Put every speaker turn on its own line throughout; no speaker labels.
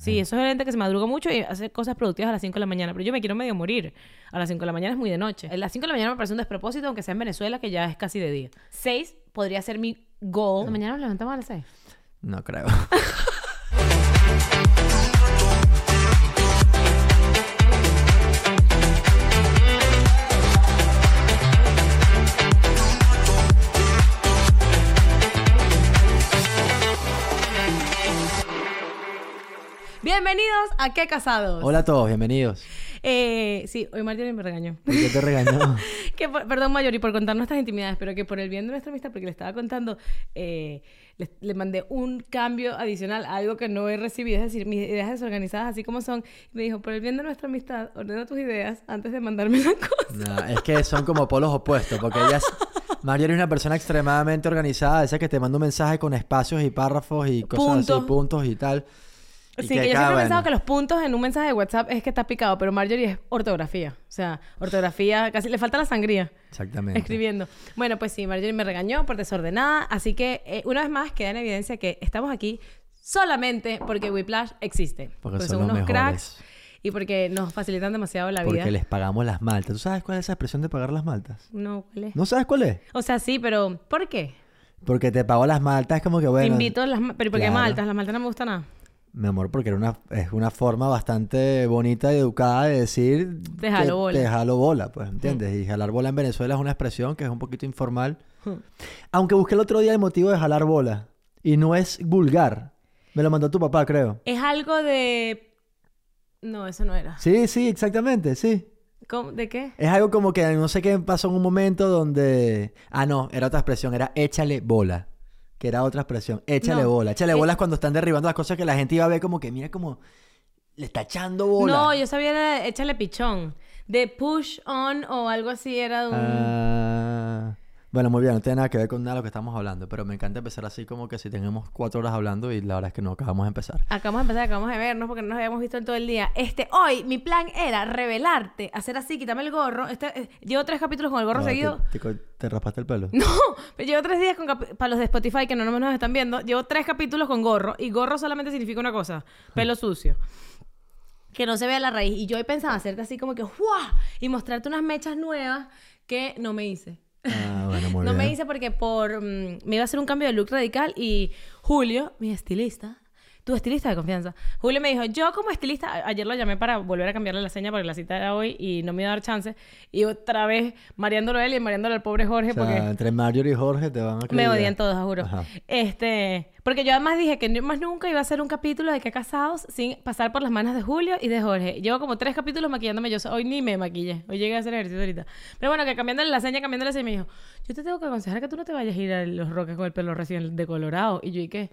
Sí, eso es gente que se madruga mucho y hace cosas productivas a las 5 de la mañana. Pero yo me quiero medio morir. A las 5 de la mañana es muy de noche. A las 5 de la mañana me parece un despropósito, aunque sea en Venezuela, que ya es casi de día. 6 podría ser mi goal. Mañana nos levantamos a las 6.
No creo.
Bienvenidos a Qué Casados.
Hola a todos, bienvenidos.
Eh, sí, hoy Martín me regañó.
¿Por qué te regañó?
que por- perdón, Mayori, por contar nuestras intimidades, pero que por el bien de nuestra amistad, porque le estaba contando, eh, le, le mandé un cambio adicional, algo que no he recibido, es decir, mis ideas desorganizadas, así como son. Y me dijo, por el bien de nuestra amistad, ordena tus ideas antes de mandarme la cosa.
No, es que son como polos opuestos, porque ella es... Mariela es una persona extremadamente organizada, esa que te manda un mensaje con espacios y párrafos y cosas
Puntos.
así, puntos y tal. Y
Así que, yo
cada-
siempre he
bueno,
pensado que los puntos en un mensaje de WhatsApp es que está picado, pero Marjorie es ortografía. O sea, ortografía, casi le falta la sangría.
Exactamente.
Escribiendo. Bueno, pues sí, Marjorie me regañó por desordenada, así que eh, una vez más queda en evidencia que estamos aquí solamente porque Whiplash existe.
Porque son los mejores.
y porque nos facilitan demasiado la vida.
Porque les pagamos las maltas. ¿Tú sabes cuál es esa expresión de pagar las maltas?
No, ¿cuál es?
¿No sabes cuál es?
O sea, sí, pero ¿por qué?
Porque te pago las maltas, es como que bueno.
Te invito a las... ma- Pero ¿por qué
claro.
maltas? Las maltas no me gustan nada.
Mi amor, porque era una, es una forma bastante bonita y educada de decir...
Te
que
jalo bola. Mm.
Te jalo bola, pues, ¿entiendes? Y jalar bola en Venezuela es una expresión que es un poquito informal. Aunque busqué el otro día el motivo de jalar bola. Y no es vulgar. Me lo mandó tu papá, creo.
Es algo de... No, eso no era.
Sí, sí, exactamente, sí.
¿Cómo? ¿De qué?
Es algo como que no sé qué pasó en un momento donde... Ah, no, era otra expresión, era échale bola. Que era otra expresión, échale
No.
bola. Échale
Eh,
bola es cuando están derribando las cosas que la gente iba a ver como que mira como... Le está echando bola.
No, yo sabía era de échale pichón. De push on o algo así era de un...
Ah, bueno, muy bien, no tiene nada que ver con nada de lo que estamos hablando, pero me encanta empezar así como que si tenemos cuatro horas hablando y la verdad es que no acabamos de empezar.
Acabamos de empezar, acabamos de vernos porque no nos habíamos visto en todo el día. Este, hoy mi plan era revelarte, hacer así, quitarme el gorro. Este, eh, llevo tres capítulos con el gorro
No,
seguido.
Te, te co- te raspaste el pelo.
No, pero llevo tres días con capi- para los de Spotify que no no nos están viendo. Llevo tres capítulos con gorro y gorro solamente significa una cosa, pelo sucio. Que no se vea la raíz. Y yo hoy pensaba hacerte así como que ¡guau! y mostrarte unas mechas nuevas que no me hice.
Ah, bueno, muy
No
bien.
me hice porque por mm, me iba a hacer un cambio de look radical y Julio, mi estilista, tu estilista de confianza, Julio me dijo, yo como estilista, a- ayer lo llamé para volver a cambiarle la seña porque la cita era hoy y no me iba a dar chance. Y otra vez mareándolo a él y mareándolo al pobre Jorge
O sea,
porque
entre Marjorie y Jorge te van a
me
criticar.
odian todos, juro.
Ajá.
Este, porque yo además dije que ni- más nunca iba a hacer un capítulo de que casados sin pasar por las manos de Julio y de Jorge. Llevo como tres capítulos maquillándome yo. so- Hoy ni me maquillé. Hoy llegué a hacer ejercicio ahorita. Pero bueno, que cambiándole la seña, cambiándole la seña, me dijo, yo te tengo que aconsejar que tú no te vayas a ir a los roques con el pelo recién decolorado. Y yo, ¿y qué?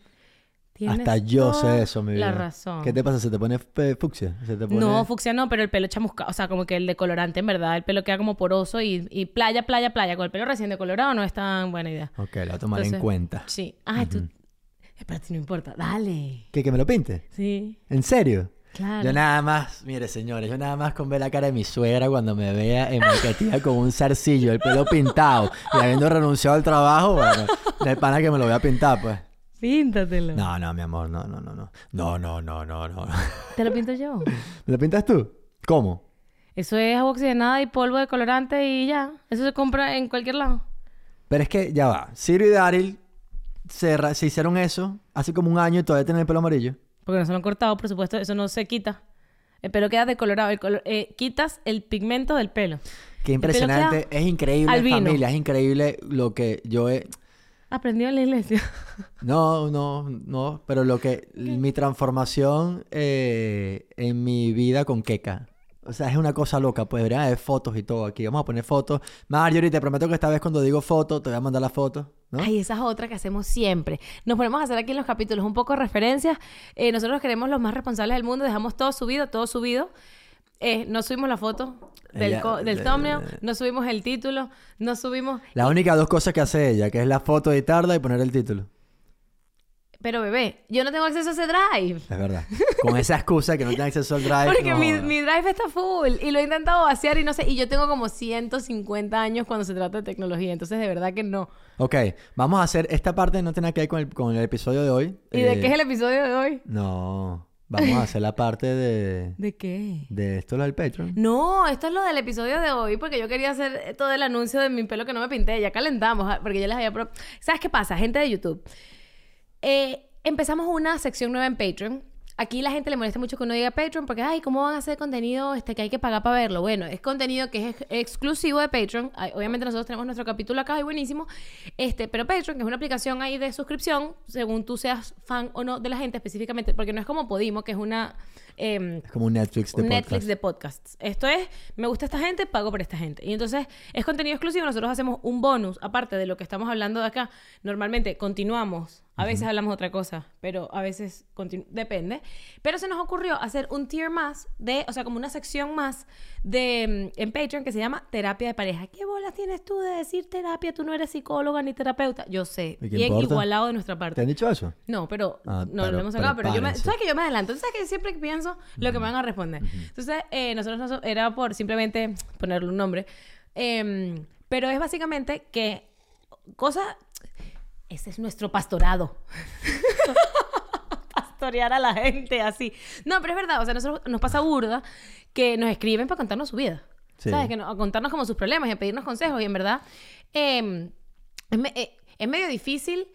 Tienes
Hasta yo
toda
sé eso, mi vida.
La razón.
¿Qué te pasa? ¿Se te pone eh, fucsia? ¿Se te pone...
No, fucsia no, pero el pelo chamuscado, o sea, como que el decolorante, en verdad, el pelo queda como poroso y, y playa, playa, playa. Con el pelo recién decolorado no es tan buena idea.
Ok, la tomaré en
Entonces-
cuenta.
Sí. Ay, tú. Espérate, no importa. Dale.
¿Qué, que me lo pinte?
Sí.
¿En serio?
Claro.
Yo nada más, mire señores, yo nada más con ver la cara de mi suegra cuando me vea en Marquetía con un zarcillo, el pelo pintado y habiendo renunciado al trabajo, bueno, de pana que me lo voy a pintar, pues.
Píntatelo.
No, no, mi amor, no, no, no, no. No, no, no, no, no.
Te lo pinto yo.
¿Me lo pintas tú? ¿Cómo?
Eso es agua oxigenada y polvo de colorante y ya. Eso se compra en cualquier lado.
Pero es que ya va, Ciro y Daryl se, ra- se hicieron eso hace como un año y todavía tienen el pelo amarillo.
Porque no se lo han cortado, por supuesto, eso no se quita. El pelo queda decolorado. El colo- eh, quitas el pigmento del pelo.
Qué
El pelo queda
impresionante, es increíble
albino.
familia, es increíble lo que yo he...
Aprendió en la iglesia.
No, no, no, pero lo que mi transformación eh, en mi vida con Keka. O sea, es una cosa loca, pues deberían haber fotos y todo aquí. Vamos a poner fotos. Marjorie, te prometo que esta vez cuando digo foto, te voy a mandar la foto, ¿no?
Ay, esa es otra que hacemos siempre. Nos ponemos a hacer aquí en los capítulos un poco de referencias. Eh, nosotros queremos los más responsables del mundo. Dejamos todo subido, todo subido. Eh, no subimos la foto del,
Ella-
co- del
de-
thumbnail, no subimos el título, no subimos...
Las únicas dos cosas que hace ella, que es la foto de tarda y poner el título.
Pero bebé, yo no tengo acceso a ese drive.
Es verdad. Con esa excusa que no tiene acceso al drive.
Porque
no
mi,
joda.
mi drive está full y lo he intentado vaciar y no sé, y yo tengo como 150 años cuando se trata de tecnología, entonces de verdad que no.
Ok, vamos a hacer esta parte, no tiene nada que ver con el, con el episodio de hoy. Eh,
¿Y de qué es el episodio de hoy?
No. Vamos a hacer la parte de,
¿De qué?
de esto, lo del Patreon.
No, esto es lo del episodio de hoy, porque yo quería hacer todo el anuncio de mi pelo que no me pinté. Ya calentamos, ah, porque ya les había... pro- ¿Sabes qué pasa, gente de YouTube? Eh, empezamos una sección nueva en Patreon. Aquí la gente le molesta mucho que uno diga Patreon porque, ay, ¿cómo van a hacer contenido este que hay que pagar para verlo? Bueno, es contenido que es ex- exclusivo de Patreon. Ay, Obviamente nosotros tenemos nuestro capítulo acá, y buenísimo. Este, pero Patreon, que es una aplicación ahí de suscripción, según tú seas fan o no de la gente específicamente, porque no es como Podimo, que es una... em,
Es como un Netflix de
un Netflix
podcast.
de podcasts. Esto es, me gusta esta gente, pago por esta gente. Y entonces es contenido exclusivo, nosotros hacemos un bonus, aparte de lo que estamos hablando de acá. Normalmente continuamos, a veces hablamos otra cosa, pero a veces continu- depende. Pero se nos ocurrió hacer un tier más de, o sea, como una sección más de mm, en Patreon que se llama terapia de pareja. ¿Qué bolas tienes tú de decir terapia? Tú no eres psicóloga ni terapeuta. Yo sé,
¿Y qué
bien
importa?
igualado de nuestra parte.
¿Te han dicho eso?
No, pero
Ah,
no
pero
lo hemos sacado, pero yo me,
prepárense.
¿sabes que yo me adelanto? ¿Tú ¿Sabes que siempre que pienso lo que me van a responder? Entonces, eh, nosotros no so- era por simplemente ponerle un nombre, Em, pero es básicamente que cosa, ese es nuestro pastorado. Pastorear a la gente así. No, pero es verdad, o sea, nosotros nos pasa burda que nos escriben para contarnos su vida.
Sí.
¿Sabes? Que no- a contarnos como sus problemas y a pedirnos consejos. Y en verdad, em, es, me- eh, es medio difícil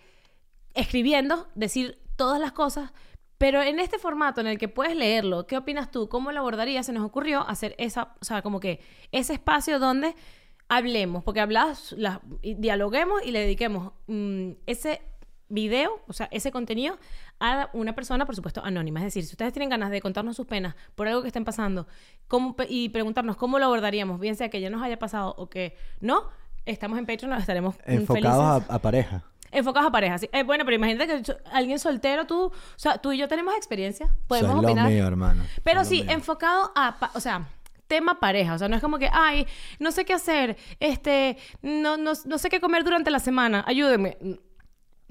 escribiendo, decir todas las cosas, pero en este formato en el que puedes leerlo, ¿qué opinas tú? ¿Cómo lo abordarías? Se nos ocurrió hacer esa, o sea, como que ese espacio donde hablemos, porque hablas, la- y dialoguemos y le dediquemos mm, ese video, o sea, ese contenido a una persona, por supuesto, anónima. Es decir, si ustedes tienen ganas de contarnos sus penas por algo que estén pasando cómo pe- y preguntarnos cómo lo abordaríamos, bien sea que ya nos haya pasado o que no, estamos en Patreon, nos estaremos mm,
Enfocados
felices.
a, a pareja.
Enfocados a parejas. sí. Eh, bueno, pero imagínate que so- alguien soltero, tú, o sea, tú y yo tenemos experiencia.
Eso
Podemos
es
opinar.
lo mío, hermano.
Pero
Es lo
sí,
mío.
enfocado a, pa- o sea, tema pareja. O sea, no es como que, ay, no sé qué hacer, este, no, no, no sé qué comer durante la semana, ayúdeme.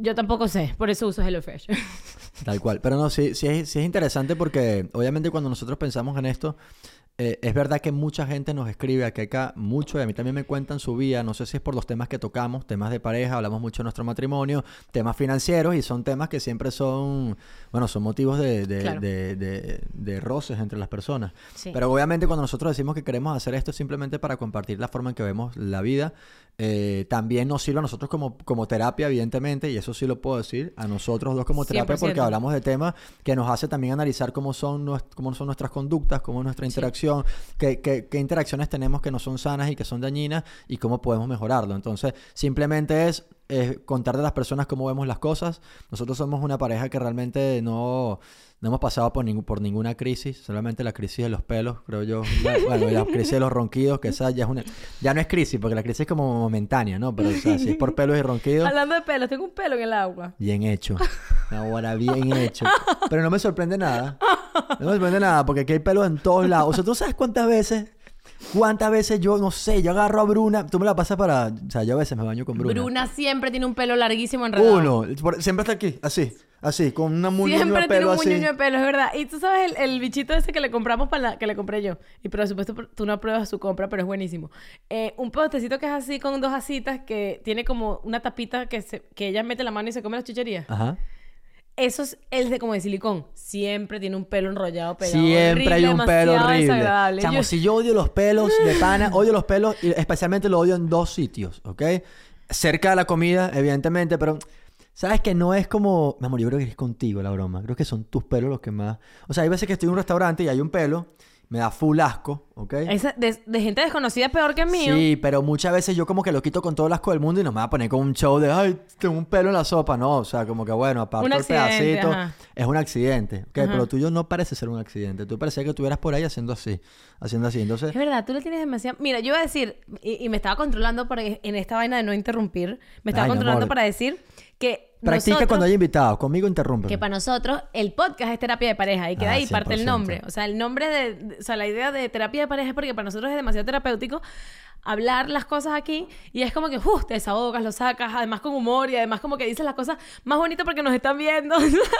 Yo tampoco sé, por eso uso HelloFresh.
Tal cual. Pero no, sí, sí, es, sí es interesante porque obviamente cuando nosotros pensamos en esto, eh, es verdad que mucha gente nos escribe aquí acá, mucho, y a mí también me cuentan su vida, no sé si es por los temas que tocamos, temas de pareja, hablamos mucho de nuestro matrimonio, temas financieros, y son temas que siempre son, bueno, son motivos de, de-
Claro.
de- de- de roces entre las personas.
Sí.
Pero obviamente cuando nosotros decimos que queremos hacer esto es simplemente para compartir la forma en que vemos la vida, eh, también nos sirve a nosotros como, como terapia, evidentemente, y eso sí lo puedo decir, a nosotros dos como terapia,
100%.
porque hablamos de temas que nos hace también analizar cómo son, nues- cómo son nuestras conductas, cómo es nuestra interacción, qué, qué- qué interacciones tenemos que no son sanas y que son dañinas, y cómo podemos mejorarlo. Entonces, simplemente es... eh, contarle a las personas cómo vemos las cosas. Nosotros somos una pareja que realmente no, no hemos pasado por, ningún- por ninguna crisis, solamente la crisis de los pelos, creo yo. La- Bueno, y la crisis de los ronquidos, que esa ya es una... Ya no es crisis, porque la crisis es como momentánea, ¿no? Pero o sea, si es por pelos y ronquidos,
Hablando de pelos, tengo un pelo en el agua.
bien hecho. Ahora, bien hecho. Pero no me sorprende nada. No me sorprende nada, porque aquí hay pelos en todos lados. O sea, ¿tú sabes cuántas veces? ¿Cuántas veces yo, no sé, yo agarro a Bruna? Tú me la pasas para... O sea, yo a veces me baño con
Bruna,
Bruna.
siempre tiene un pelo larguísimo enredado.
Uno. por- siempre está aquí, así. Así, con una muñeca de
Siempre tiene
pelo
un
así.
muñeño de pelo, es verdad. Y tú sabes el, el bichito ese que le compramos para la, que le compré yo. Y por supuesto por- tú no apruebas su compra, pero es buenísimo. Eh, un postecito que es así con dos asitas que tiene como una tapita que, se- que ella mete la mano y se come las chucherías.
Ajá.
Eso es el de como de silicón. Siempre tiene un pelo enrollado, pegado.
Siempre hay
horrible,
un pelo
demasiado
horrible.
desagradable.
Chamo,
Yo-
si yo odio los pelos de pana, odio los pelos y especialmente lo odio en dos sitios, ¿ok? Cerca de la comida, evidentemente, pero sabes que no es como, mi amor, yo creo que es contigo la broma. Creo que son tus pelos los que más. O sea, hay veces que estoy en un restaurante y hay un pelo, me da full asco, ¿ok?
Esa- de, de gente desconocida es peor que el mío.
Sí, pero muchas veces yo como que lo quito con todo el asco del mundo y no me va a poner con un show de, ay, tengo un pelo en la sopa. No, o sea, como que bueno, aparte
Un
el
accidente,
pedacito,
ajá.
es un accidente. ¿ok?
Ajá.
Pero tuyo no parece ser un accidente. Tú parecía que estuvieras por ahí haciendo así, haciendo así. Entonces,
Es verdad, tú le tienes demasiado. Mira, yo iba a decir, y, y me estaba controlando para, en esta vaina de no interrumpir, me estaba
Ay, mi
controlando
amor.
para decir que.
practica
nosotros-
cuando haya invitados. Conmigo interrumpe.
Que para nosotros el podcast es terapia de pareja y queda
Ah,
ahí parte el
100%.
nombre. O sea, el nombre de, de- o sea, la idea de terapia de pareja es porque para nosotros es demasiado terapéutico hablar las cosas aquí y es como que ¡uf! te desahogas, lo sacas, además con humor y además como que dices las cosas más bonitas porque nos están viendo.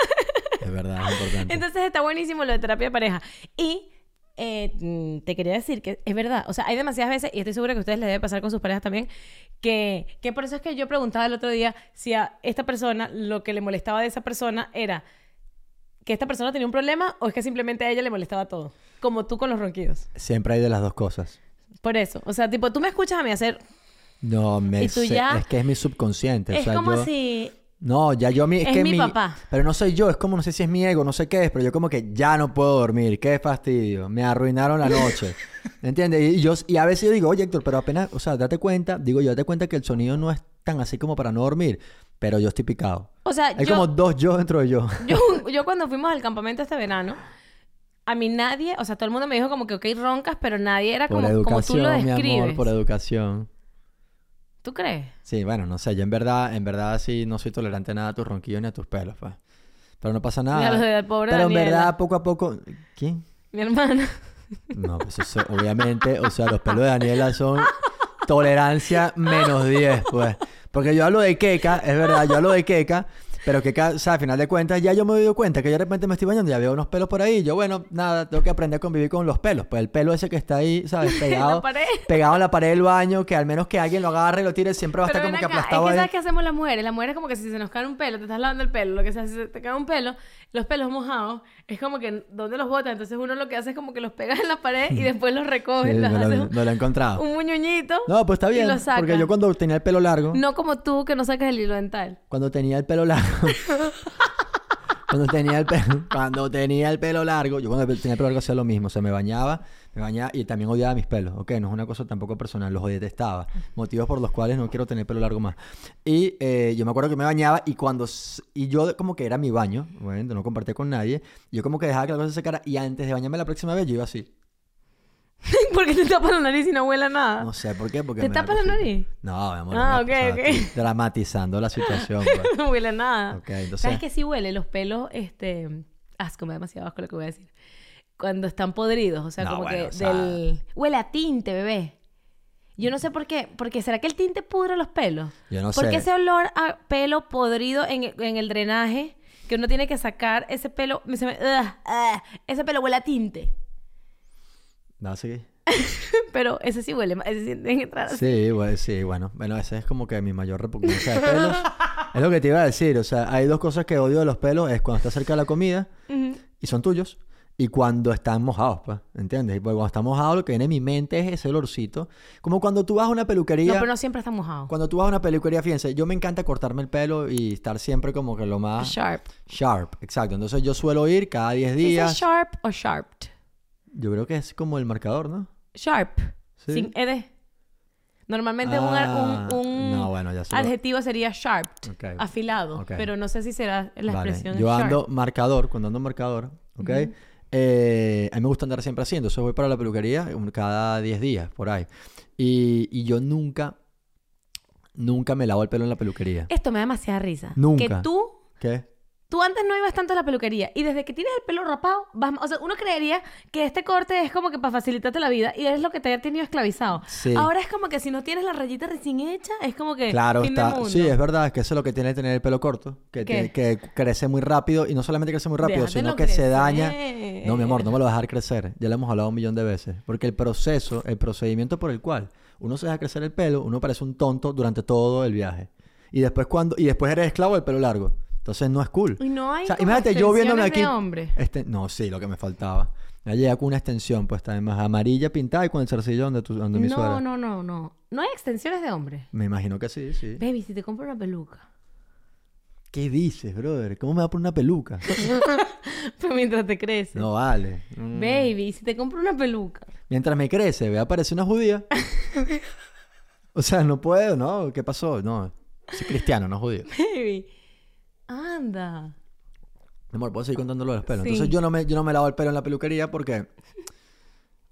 Es verdad, es importante.
Entonces está buenísimo lo de terapia de pareja. Y eh, mm, te quería decir que es verdad, o sea, hay demasiadas veces, y estoy segura que a ustedes les debe pasar con sus parejas también, que, que por eso es que yo preguntaba el otro día si a esta persona lo que le molestaba de esa persona era que esta persona tenía un problema o es que simplemente a ella le molestaba todo. Como tú con los ronquidos.
Siempre hay de las dos cosas.
Por eso. O sea, tipo, tú me escuchas a mí hacer.
No, me
Y tú
sé-
ya-
es que es mi subconsciente. o
es
sea,
como
yo-
si.
No, ya yo a mí... Es,
Es
que
mi papá.
Pero no soy yo, es como, no sé si es mi ego, no sé qué es, pero yo como que ya no puedo dormir, qué fastidio, me arruinaron la noche. ¿Entiendes? Y, yo, y a veces yo digo, oye Héctor, pero apenas, o sea, date cuenta, digo yo, date cuenta que el sonido no es tan así como para no dormir, pero yo estoy picado.
O sea,
Hay
yo,
como dos yo dentro de yo.
yo, yo cuando fuimos al campamento este verano, a mí nadie, o sea, todo el mundo me dijo como que, ok, roncas, pero nadie era
Por
como, como tú
educación,
lo
mi
describes.
amor, por educación.
¿Tú crees?
Sí, bueno, no sé, yo en verdad, en verdad sí no soy tolerante a nada a tus ronquillos ni a tus pelos, pues. Pero no pasa
Ni a
nada.
los del pobre
Ah, pero en
Daniela.
verdad, poco a poco. ¿Quién?
Mi hermana.
No, pues eso, obviamente, o sea, los pelos de Daniela son tolerancia menos 10, pues. Porque yo hablo de queca, es verdad, yo hablo de queca, pero queca, o sea, al final de cuentas, ya yo me he dado cuenta que yo de repente me estoy bañando y ya veo unos pelos por ahí. y yo, bueno, nada, tengo que aprender a convivir con los pelos. Pues el pelo ese que está ahí, ¿sabes? Pegado,
pared.
pegado a la pared del baño, que al menos que alguien lo agarre y lo tire, siempre va a
Pero
estar como
ven
que
acá,
aplastado
es que
ahí.
¿sabes qué hacemos las mujeres? Las mujeres como que si se nos cae un pelo, te estás lavando el pelo, lo que sea, si se te cae un pelo, los pelos mojados, es como que ¿dónde los botas? Entonces uno lo que hace es como que los pegas en la pared y después los recoges,
Sí,
los
no,
haces
lo,
un-
no lo he encontrado.
un muñuñito.
No, pues está
y
bien.
lo sacas.
Porque yo cuando tenía el pelo largo,
No como tú que no sacas el hilo dental.
cuando tenía el pelo largo, cuando tenía el pelo, cuando tenía el pelo largo, yo cuando tenía el pelo largo hacía lo mismo, o sea, me bañaba, me bañaba y también odiaba mis pelos, ¿ok? No es una cosa tampoco personal, los detestaba, motivos por los cuales no quiero tener pelo largo más. Y eh, yo me acuerdo que me bañaba y cuando s- y yo como que era mi baño, bueno, no compartía con nadie, yo como que dejaba que la cosa se secara y antes de bañarme la próxima vez yo iba así.
Porque te tapas la nariz y no huela nada.
No sé por qué, porque
Ah. ¿Te
me da
tapas la
cosita.
nariz?
No, mi amor.
Ah,
no,
ok,
o sea,
ok.
estoy Dramatizando la situación. pues.
No huele a nada.
Ok, entonces-
¿Sabes que sí huele? Los pelos, este... Asco, me da demasiado asco lo que voy a decir. Cuando están podridos, o sea,
No,
como
bueno,
que
o sea-
del... Huele a tinte, bebé. Yo no sé por qué. Porque ¿será que el tinte pudre los pelos?
Yo no
Porque
sé.
ese olor a pelo podrido en, en el drenaje, que uno tiene que sacar ese pelo... me- se me- ugh, ugh, ese pelo huele a tinte.
No, sí.
Pero ese sí huele. Ese Ah, sí tiene que entrar así.
Sí, bueno, sí, bueno. Bueno, ese es como que mi mayor repugnancia de pelos. es lo que te iba a decir. O sea, hay dos cosas que odio de los pelos. Es cuando está cerca de la comida y son tuyos. Y cuando están mojados, pues, ¿entiendes? Y pues cuando están mojados lo que viene en mi mente es ese olorcito. Como cuando tú vas a una peluquería...
No, pero no siempre está mojado.
Cuando tú vas a una peluquería, fíjense, yo me encanta cortarme el pelo y estar siempre como que lo más...
Sharp.
Sharp, exacto. Entonces yo suelo ir cada 10 días.
¿Dice sharp o sharped?
Yo creo que es como el marcador, ¿no?
Sharp.
Sí.
Sin ed. Normalmente un-
Ah,
un, un
no, bueno, ya se lo-
adjetivo sería sharp,
Ok.
afilado,
Ok.
pero no sé si será la
Vale.
expresión
Yo
sharp.
ando marcador, cuando ando marcador, ¿ok? Eh, a mí me gusta andar siempre así, entonces voy para la peluquería un- cada 10 días, por ahí. Y, y yo nunca, nunca me lavo el pelo en la peluquería.
Esto me da demasiada risa.
Nunca.
Que tú,
¿Qué?
tú antes no ibas tanto a la peluquería y desde que tienes el pelo rapado, vas, o sea, uno creería que este corte es como que para facilitarte la vida y es lo que te ha tenido esclavizado.
Sí.
Ahora es como que si no tienes la rayita recién hecha, es como que
Claro,
fin del
está.
mundo.
Sí, es verdad, es que eso es lo que tiene tener el pelo corto, que,
¿Qué?
te- que crece muy rápido y no solamente crece muy rápido,
Déjatelo
sino que se daña.
crecer.
No, mi amor, no me lo vas a dejar crecer. Ya lo hemos hablado un millón de veces. Porque el proceso, el procedimiento por el cual uno se deja crecer el pelo, uno parece un tonto durante todo el viaje. Y después cuando y después eres esclavo del pelo largo. Entonces no es cool.
Y no hay
O sea,
como
imagínate yo viéndome
extensiones
aquí.
de hombre.
Este, no, sí, lo que me faltaba. Ya llega con una extensión, pues además amarilla pintada y con el cercillo donde, tu, donde mi
No,
suegra.
no, no, no. No hay extensiones de hombre.
Me imagino que sí, sí.
Baby, si te compro una peluca.
¿Qué dices, brother? ¿Cómo me va por una peluca?
Pero mientras te creces.
No vale.
Baby, si te compro una peluca.
Mientras me crece, ve aparece una judía. O sea, no puedo, ¿no? ¿Qué pasó? No, soy cristiano, no judío.
Baby. Anda.
Mi amor, puedo seguir contándolo de los pelos.
Ah, Sí.
Entonces yo no, me, yo no me lavo el pelo en la peluquería porque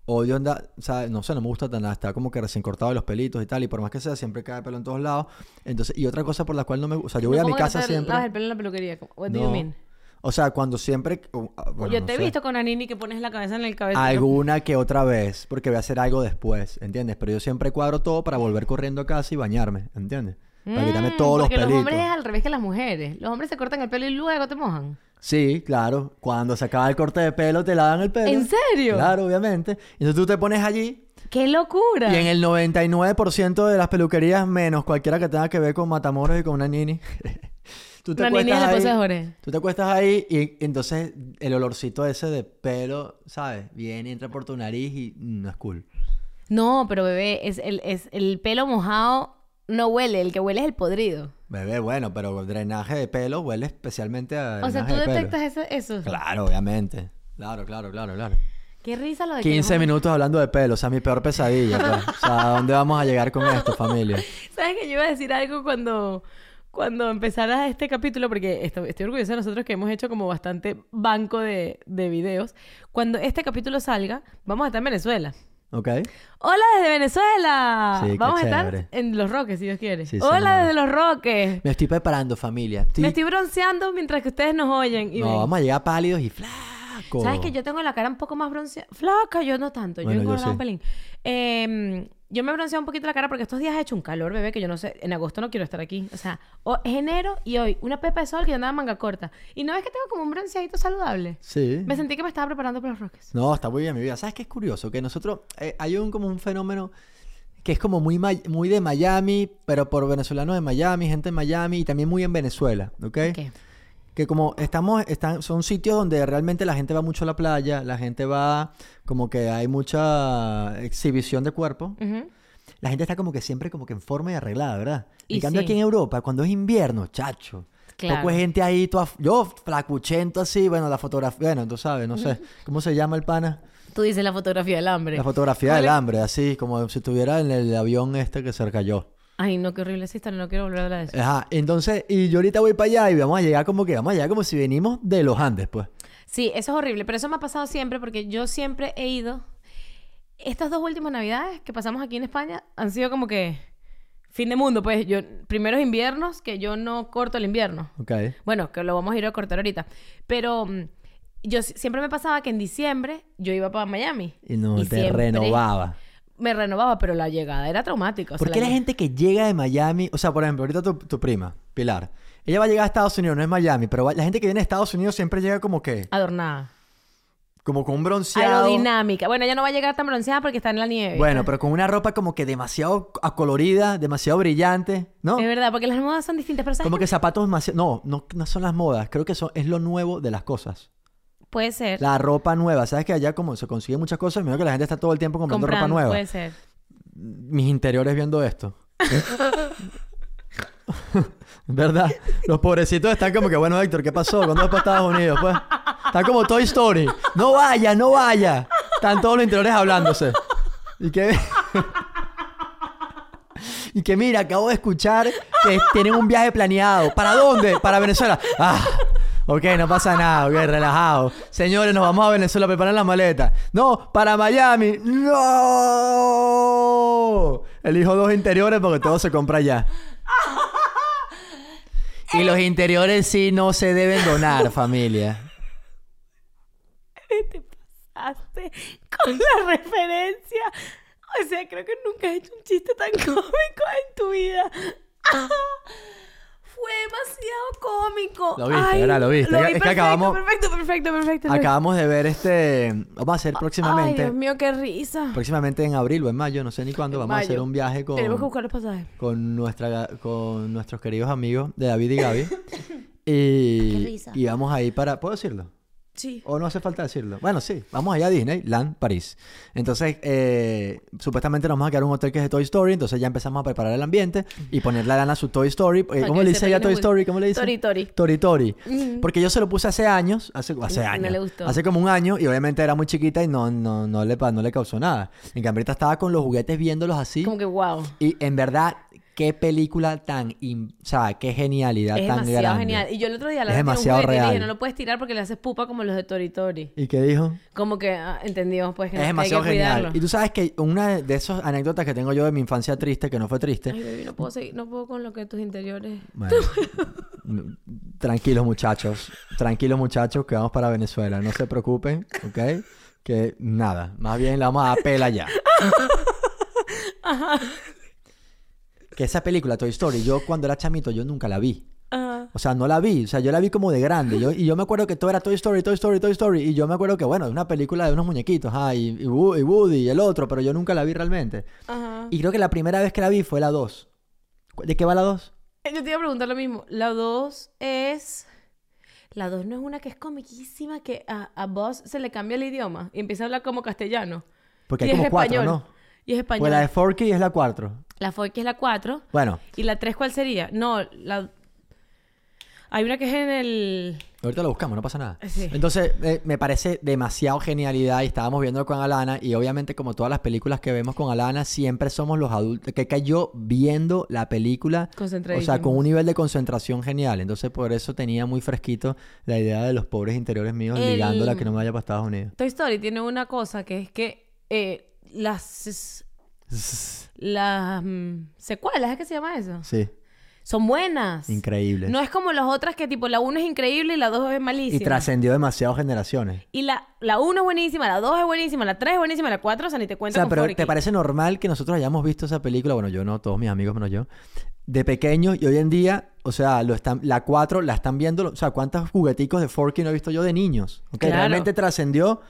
odio andar, o sea, no sé, no me gusta tan nada. Está como que recién cortado de los pelitos y tal. Y por más que sea, siempre cae pelo en todos lados. Entonces, y otra cosa por la cual no me gusta, o sea, yo voy
No,
a mi
¿cómo que no
casa
te
siempre.
lavas el pelo en la peluquería. ¿Cómo- What do you
No.
mean?
O sea, cuando siempre... o- ah, bueno,
yo
no
te he
sé.
visto con Anini que pones la cabeza en el cabello.
Alguna que otra vez, porque voy a hacer algo después, ¿entiendes? Pero yo siempre cuadro todo para volver corriendo a casa y bañarme, ¿entiendes? Para quitarme todos los
Mm, porque
pelitos.
los hombres es al revés que las mujeres. Los hombres se cortan el pelo y luego te mojan.
Sí, claro. Cuando se acaba el corte de pelo, te lavan el pelo.
¿En serio?
Claro, obviamente. Entonces tú te pones allí
¡Qué locura!
y en el 99% de las peluquerías, menos cualquiera que tenga que ver con Matamoros y con una nini, tú te
La niña es la
acuestas
esposa de
ahí-
Jorge.
Tú te acuestas ahí y entonces el olorcito ese de pelo, ¿sabes? Viene, entra por tu nariz y mm, no es cool.
No, pero bebé, es el, es el pelo mojado no huele, el que huele es el podrido.
Bebé, bueno, pero drenaje de pelo huele especialmente a.
O sea,
drenaje
tú
de pelo.
detectas eso, eso.
Claro, obviamente. Claro, claro, claro, claro.
Qué risa lo de que
15
nos-
minutos hablando de pelo, o sea, mi peor pesadilla. pues. O sea, ¿a dónde vamos a llegar con esto, familia?
¿Sabes que yo iba a decir algo cuando, cuando empezara este capítulo? Porque esto- estoy orgullosa de nosotros que hemos hecho como bastante banco de, de videos. Cuando este capítulo salga, vamos a estar en Venezuela.
¿Ok?
¡Hola desde Venezuela!
Sí, qué
vamos a
chévere.
estar en Los Roques, si Dios quiere.
Sí,
¡Hola
señora.
desde Los Roques!
Me estoy preparando, familia. Estoy-
Me estoy bronceando mientras que ustedes nos oyen. Y
No,
ven.
vamos a llegar pálidos y flacos.
¿Sabes que yo tengo la cara un poco más bronceada? Flaca, yo no tanto.
Bueno,
yo he
yo
engordado
sí.
un pelín. Eh, yo me he bronceado un poquito la cara porque estos días ha hecho un calor, bebé, que yo no sé. En agosto no quiero estar aquí. O sea, o- es enero y hoy una pepa de sol que yo andaba en manga corta. Y no ves que tengo como un bronceadito saludable.
Sí.
Me sentí que me estaba preparando para los roques.
No, está muy bien mi vida. ¿Sabes qué es curioso? Que nosotros, eh, hay un como un fenómeno que es como muy, may- muy de Miami, pero por venezolanos de Miami, gente de Miami y también muy en Venezuela, ¿ok?
¿Qué?
Que como estamos, están, son sitios donde realmente la gente va mucho a la playa, la gente va, como que hay mucha exhibición de cuerpo.
Ujú.
La gente está como que siempre como que en forma y arreglada, ¿verdad?
Y
en cambio
sí.
aquí en Europa, cuando es invierno, chacho.
Claro.
Poco de gente ahí, toda, yo flacuchento así, bueno, la fotografía, bueno, tú sabes, no sé, ¿cómo se llama el pana?
Tú dices la fotografía del hambre.
La fotografía del hambre, así como si estuviera en el avión este que se cayó.
Ay, no, qué horrible es esta, no quiero volver a hablar de eso.
Ajá, entonces, y yo ahorita voy para allá y vamos a llegar como que, vamos a llegar como si venimos de los Andes, pues.
Sí, eso es horrible, pero eso me ha pasado siempre porque yo siempre he ido. Estas dos últimas navidades que pasamos aquí en España han sido como que fin de mundo, pues yo primeros inviernos que yo no corto el invierno.
Ok.
Bueno, que lo vamos a ir a cortar ahorita, pero mm, yo si- siempre me pasaba que en diciembre yo iba para Miami
Y no te
siempre
renovaba.
Me renovaba, pero la llegada era traumática. o sea,
¿Por qué la
lle-
gente que llega de Miami, o sea, por ejemplo, ahorita tu, tu prima, Pilar, ella va a llegar a Estados Unidos, no es Miami, pero va- la gente que viene de Estados Unidos siempre llega como que,
adornada,
como con un bronceado.
aerodinámica. Bueno, ella no va a llegar tan bronceada porque está en la nieve.
Bueno, pero con una ropa como que demasiado acolorida, demasiado brillante, ¿no?
es verdad, porque las modas son distintas, pero ¿sabes
Como
qué?
que zapatos demasiado... No, no, no son las modas. Creo que eso es lo nuevo de las cosas.
puede ser.
La ropa nueva. Sabes que allá como se consigue muchas cosas, menos que la gente está todo el tiempo comprando, ropa nueva.
Puede ser.
Mis interiores viendo esto. ¿Verdad? Los pobrecitos están como que, bueno, Héctor, ¿qué pasó? ¿Cuándo vas para Estados Unidos? Pues está como Toy Story. No vaya, no vaya. Están todos los interiores hablándose. Y que... Y que mira, acabo de escuchar que tienen un viaje planeado. ¿Para dónde? Para Venezuela. Ah, ok, no pasa nada, ok, relajado. Señores, nos vamos a Venezuela, preparan las maletas. No, para Miami. ¡No! Elijo dos interiores porque todo se compra allá. Y los interiores sí no se deben donar, familia.
te pasaste con la referencia. O sea, creo que nunca has hecho un chiste tan cómico en tu vida. Ah, Fue demasiado cómico.
Lo viste, ¿verdad? Lo viste. Es que
perfecto,
acabamos-
perfecto, perfecto, perfecto.
Acabamos de ver este... Vamos a hacer
Ay,
próximamente...
Dios mío, qué risa.
Próximamente en abril o en mayo, no sé ni cuándo, vamos a hacer
mayo.
un viaje con...
Tenemos que buscar los pasajes.
con, nuestra, con nuestros queridos amigos de David y Gaby. y,
Qué risa.
y vamos ahí para... ¿Puedo decirlo?
Sí.
¿O no hace falta decirlo? Bueno, sí. Vamos allá a Disneyland, París. Entonces, eh, supuestamente nos vamos a quedar en un hotel que es de Toy Story. Entonces ya empezamos a preparar el ambiente y ponerle lana a su Toy Story. Eh,
Para
¿Cómo
que
le
sepa
dice
quién
ya
es
Toy
Woody.
Story? ¿Cómo le dice?
Tori, Tori.
Tori Tori.
Mm.
Porque yo se lo puse hace años, hace, hace
No
años.
le gustó.
Hace como un año y obviamente era muy chiquita y no, no, no, le, pa- no le causó nada. En cambio, ahorita estaba con los juguetes viéndolos así.
Como que wow.
Y en verdad, qué película tan. im- O sea, qué genialidad
Es
tan
demasiado
grande.
genial. Y yo el otro día la
Es
tiré un
demasiado
juguete y le dije,
real.
no lo puedes tirar porque le haces pupa como los de Tori Tori.
¿Y qué dijo?
Como que ah, entendió, pues que
Es
hay que
demasiado genial.
cuidarlo.
Y tú sabes que una de esas anécdotas que tengo yo de mi infancia triste, que no fue triste.
Ay, baby, no puedo seguir, no puedo con lo que tus interiores.
Bueno, n- tranquilos muchachos, tranquilos muchachos, que vamos para Venezuela, no se preocupen, ¿ok? Que nada, más bien la vamos a dar pela ya. Que esa película, Toy Story, yo cuando era chamito, yo nunca la vi.
Ajá.
O sea, no la vi, o sea, yo la vi como de grande. Yo, y yo me acuerdo que todo era Toy Story, Toy Story, Toy Story. Y yo me acuerdo que, bueno, es una película de unos muñequitos, ah, y, y Wo- y Woody y el otro, pero yo nunca la vi realmente.
Ajá.
Y creo que la primera vez que la vi fue la 2. ¿De qué va la 2?
Yo te iba a preguntar lo mismo. La 2 es. La 2 no es una que es comiquísima que a, a Buzz se le cambia el idioma y empieza a hablar como castellano.
Porque
y
hay
es
como cuatro,
español.
¿no?
Y es español.
Pues la de Forky es la cuatro.
La fue que es la 4.
Bueno,
¿Y la 3 cuál sería? No, la... Hay una que es en el...
ahorita lo buscamos, no pasa nada.
Sí.
Entonces, eh, me parece demasiado genialidad y estábamos viendo con Alana y obviamente como todas las películas que vemos con Alana, siempre somos los adultos, que cayó viendo la película, o sea,
Concentradísimos.
con un nivel de concentración genial. Entonces, por eso tenía muy fresquito la idea de los pobres interiores míos
El-
ligándola que no me vaya para Estados Unidos.
Toy Story tiene una cosa que es que eh, las... Las mm, secuelas, ¿es que se llama eso?
Sí,
Son buenas.
increíble.
No es como las otras que tipo la 1 es increíble y la 2 es
y
malísima.
trascendió demasiado generaciones.
Y la, la 1 es buenísima, la 2 es buenísima, la 3 es buenísima, la 4, o sea, ni te
O
cuento
sea,
con
pero
Forky.
¿te parece normal que nosotros hayamos visto esa película? Bueno, yo no, todos mis amigos menos yo. De pequeños y hoy en día, o sea, lo están, la 4 la están viendo. O sea, ¿cuántos jugueticos de Forky no he visto yo de niños? Que
Claro.
realmente trascendió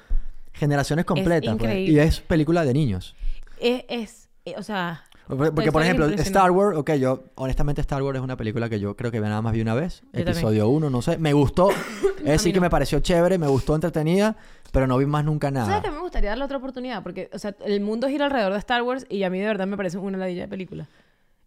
generaciones completas. pues,
increíble.
y es película de niños.
Es, es, eh, o sea...
Porque,
Toy
por
Story
ejemplo,
es
Star Wars, ok, yo, honestamente, Star Wars es una película que yo creo que nada más vi una vez.
Yo también.
episodio 1, no sé. Me gustó. Es sí
mí
que
no.
me pareció chévere, me gustó entretenida, pero no vi más nunca nada.
¿Sabes que me gustaría darle otra oportunidad? Porque, o sea, el mundo gira alrededor de Star Wars y a mí de verdad me parece una ladilla de película.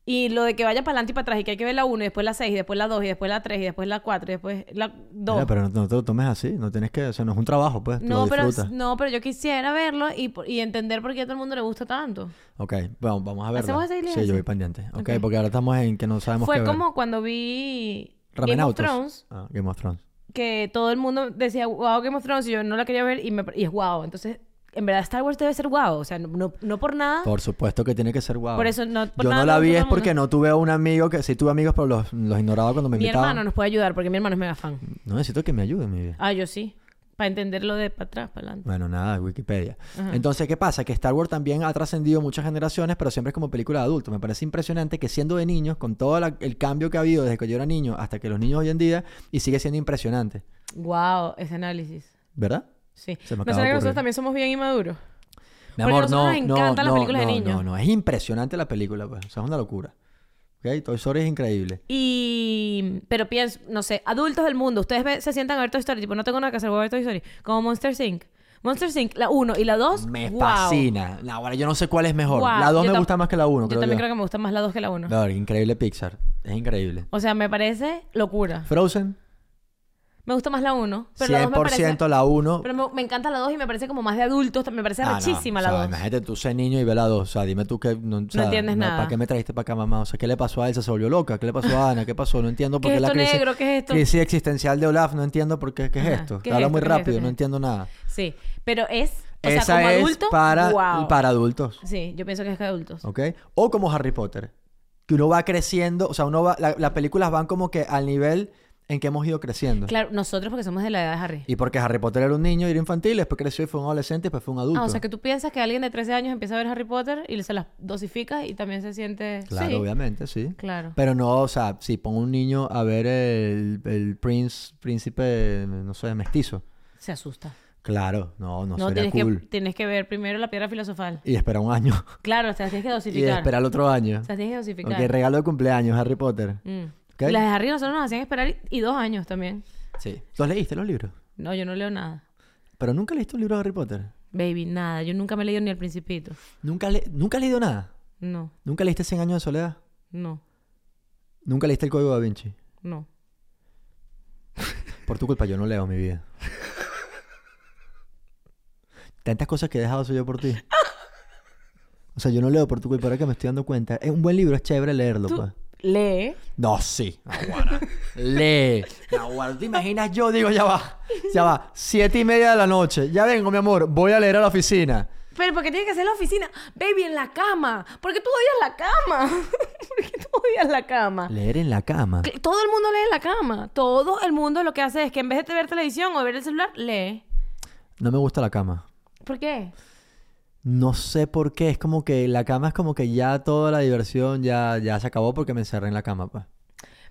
Y lo de que vaya para adelante y para atrás y que hay que ver la 1 y después la 6 y después la 2 y después la 3 y después la 4 y después la 2.
Mira, pero no, no te lo tomes así, no tienes que, o sea, no es un trabajo, pues, tú
no,
lo
pero,
disfrutas.
no, pero yo quisiera verlo y, por- y entender por qué a todo el mundo le gusta tanto.
Ok, bueno, vamos a ver.
¿Hacemos esa
Sí, yo
diligencia?
voy pendiente. Ok,
Ok.
porque ahora estamos en que no sabemos qué
Fue
ver.
como cuando vi
Ramen
Game of
Autos.
Thrones,
Ah, Game of Thrones.
que todo el mundo decía, wow, Game of Thrones, y yo no la quería ver y, me, y es wow. Entonces, en verdad Star Wars debe ser wow. O sea, no, no, no por nada.
Por supuesto que tiene que ser guau.
Por eso no- por
Yo
nada
no la
no
vi
todo
es
el
porque no tuve a un amigo que sí tuve amigos, pero los, los ignoraba cuando me
mi
invitaban.
hermano nos puede ayudar porque mi hermano es mega fan.
No necesito que me ayude, mi vida.
Ah, yo sí. Para entenderlo de para atrás, para adelante.
Bueno, nada, Wikipedia. Entonces, ¿qué pasa? Que Star Wars también ha trascendido muchas generaciones, pero siempre es como película de adultos. Me parece impresionante que siendo de niños, con todo la- el cambio que ha habido desde que yo era niño hasta que los niños hoy en día, y sigue siendo impresionante,
Wow, ese análisis.
¿verdad?
Sí.
Se me
¿No será
acaba de
que
ocurrir.
nosotros también somos bien inmaduros?
Mi
Porque
amor,
a
no,
nosotros nos
no,
encantan las
no,
películas de
no,
niños.
No, no, es impresionante la película, pues. O sea, es una locura. ¿Ok? Toy Story es increíble.
Y... Pero pienso, no sé, adultos del mundo, ustedes ve- se sientan a ver Toy Story, tipo, no tengo nada que hacer, voy a ver Toy Story. Como Monster Inc. Monster Inc, la 1 y la 2,
Me
wow.
fascina. No, ahora yo no sé cuál es mejor.
Wow.
La 2
Yo
me
tam-
gusta más que la 1,
Yo
creo
también
yo.
creo que me gusta más la 2 que la 1.
No, increíble Pixar. Es increíble.
O sea, me parece locura.
Frozen,
Me gusta más la 1, pero la 2 me
100%
parece...
la 1.
Pero me, me encanta la 2 y me parece como más de adultos, me parece
Ah, no.
rechísima
O sea,
la 2.
Imagínate tú ser niño y ver la 2. O sea, dime tú que... No, o sea,
entiendes nada.
¿Para qué me trajiste para acá, mamá? O sea, ¿qué le pasó a Elsa? ¿Se volvió loca? ¿Qué le pasó a Ana? ¿Qué pasó? No entiendo por
¿Qué
qué,
es
la
esto
crisis...
negro? ¿Qué es esto?
crisis existencial de Olaf. No entiendo por qué. ¿Qué es
Ajá.
esto?
¿Qué
Te
es
habla
esto?
muy
¿Qué es esto?
rápido.
¿Qué es
No
esto?
entiendo nada.
Sí, pero es, o
Esa
sea, como
es
adulto,
para,
wow.
para adultos,
Sí, yo pienso que es que adultos.
¿ok? O como Harry Potter, que uno va creciendo, o sea, uno va, la- las películas van como que al nivel en que hemos ido creciendo.
Claro, nosotros porque somos de la edad de Harry.
Y porque Harry Potter era un niño y era infantil, después creció y fue un adolescente, después fue un adulto.
Ah, o sea que tú piensas que alguien de 13 años empieza a ver Harry Potter y se las dosifica y también se siente...
Claro,
sí,
obviamente, sí.
Claro.
Pero no, o sea, si pongo un niño a ver el, el prince, príncipe, no sé, mestizo.
Se asusta.
Claro, no, no,
No,
sería
tienes, que,
cool.
tienes que ver primero la piedra filosofal.
Y espera un año.
Claro, o sea, las tienes que
y
dosificar.
espera el otro año.
O sea, las tienes que dosificar.
Ok, regalo de cumpleaños, Harry Potter.
Mm.
¿Ok?
Las de Harry nosotros nos hacían esperar y, y dos años también.
Sí. ¿Los leíste los libros?
No, yo no leo nada.
Pero nunca leíste un libro de Harry Potter.
Baby, nada. Yo nunca me he leído ni El Principito.
¿Nunca, le- ¿Nunca has leído nada?
No,
¿Nunca leíste 100 años de soledad?
no,
¿Nunca leíste el código da Vinci?
no.
Por tu culpa yo no leo mi vida. Tantas cosas que he dejado soy yo por ti. O sea, yo no leo por tu culpa, ahora que me estoy dando cuenta. Es un buen libro, es chévere leerlo, pues.
Lee.
No, sí. Naguara. Lee. Naguara, ¿te imaginas? Yo digo, ya va. Ya va. Siete y media de la noche. Ya vengo, mi amor. Voy a leer a la oficina.
Pero porque tiene que ser la oficina. Baby, en la cama. Porque tú odias la cama. porque tú odias la cama.
Leer en la cama.
Que Todo el mundo lee en la cama. Todo el mundo lo que hace es que en vez de ver televisión o ver el celular, lee.
No me gusta la cama.
¿Por qué?
No sé por qué, es como que la cama es como que ya toda la diversión ya, ya se acabó porque me encerré en la cama, pues.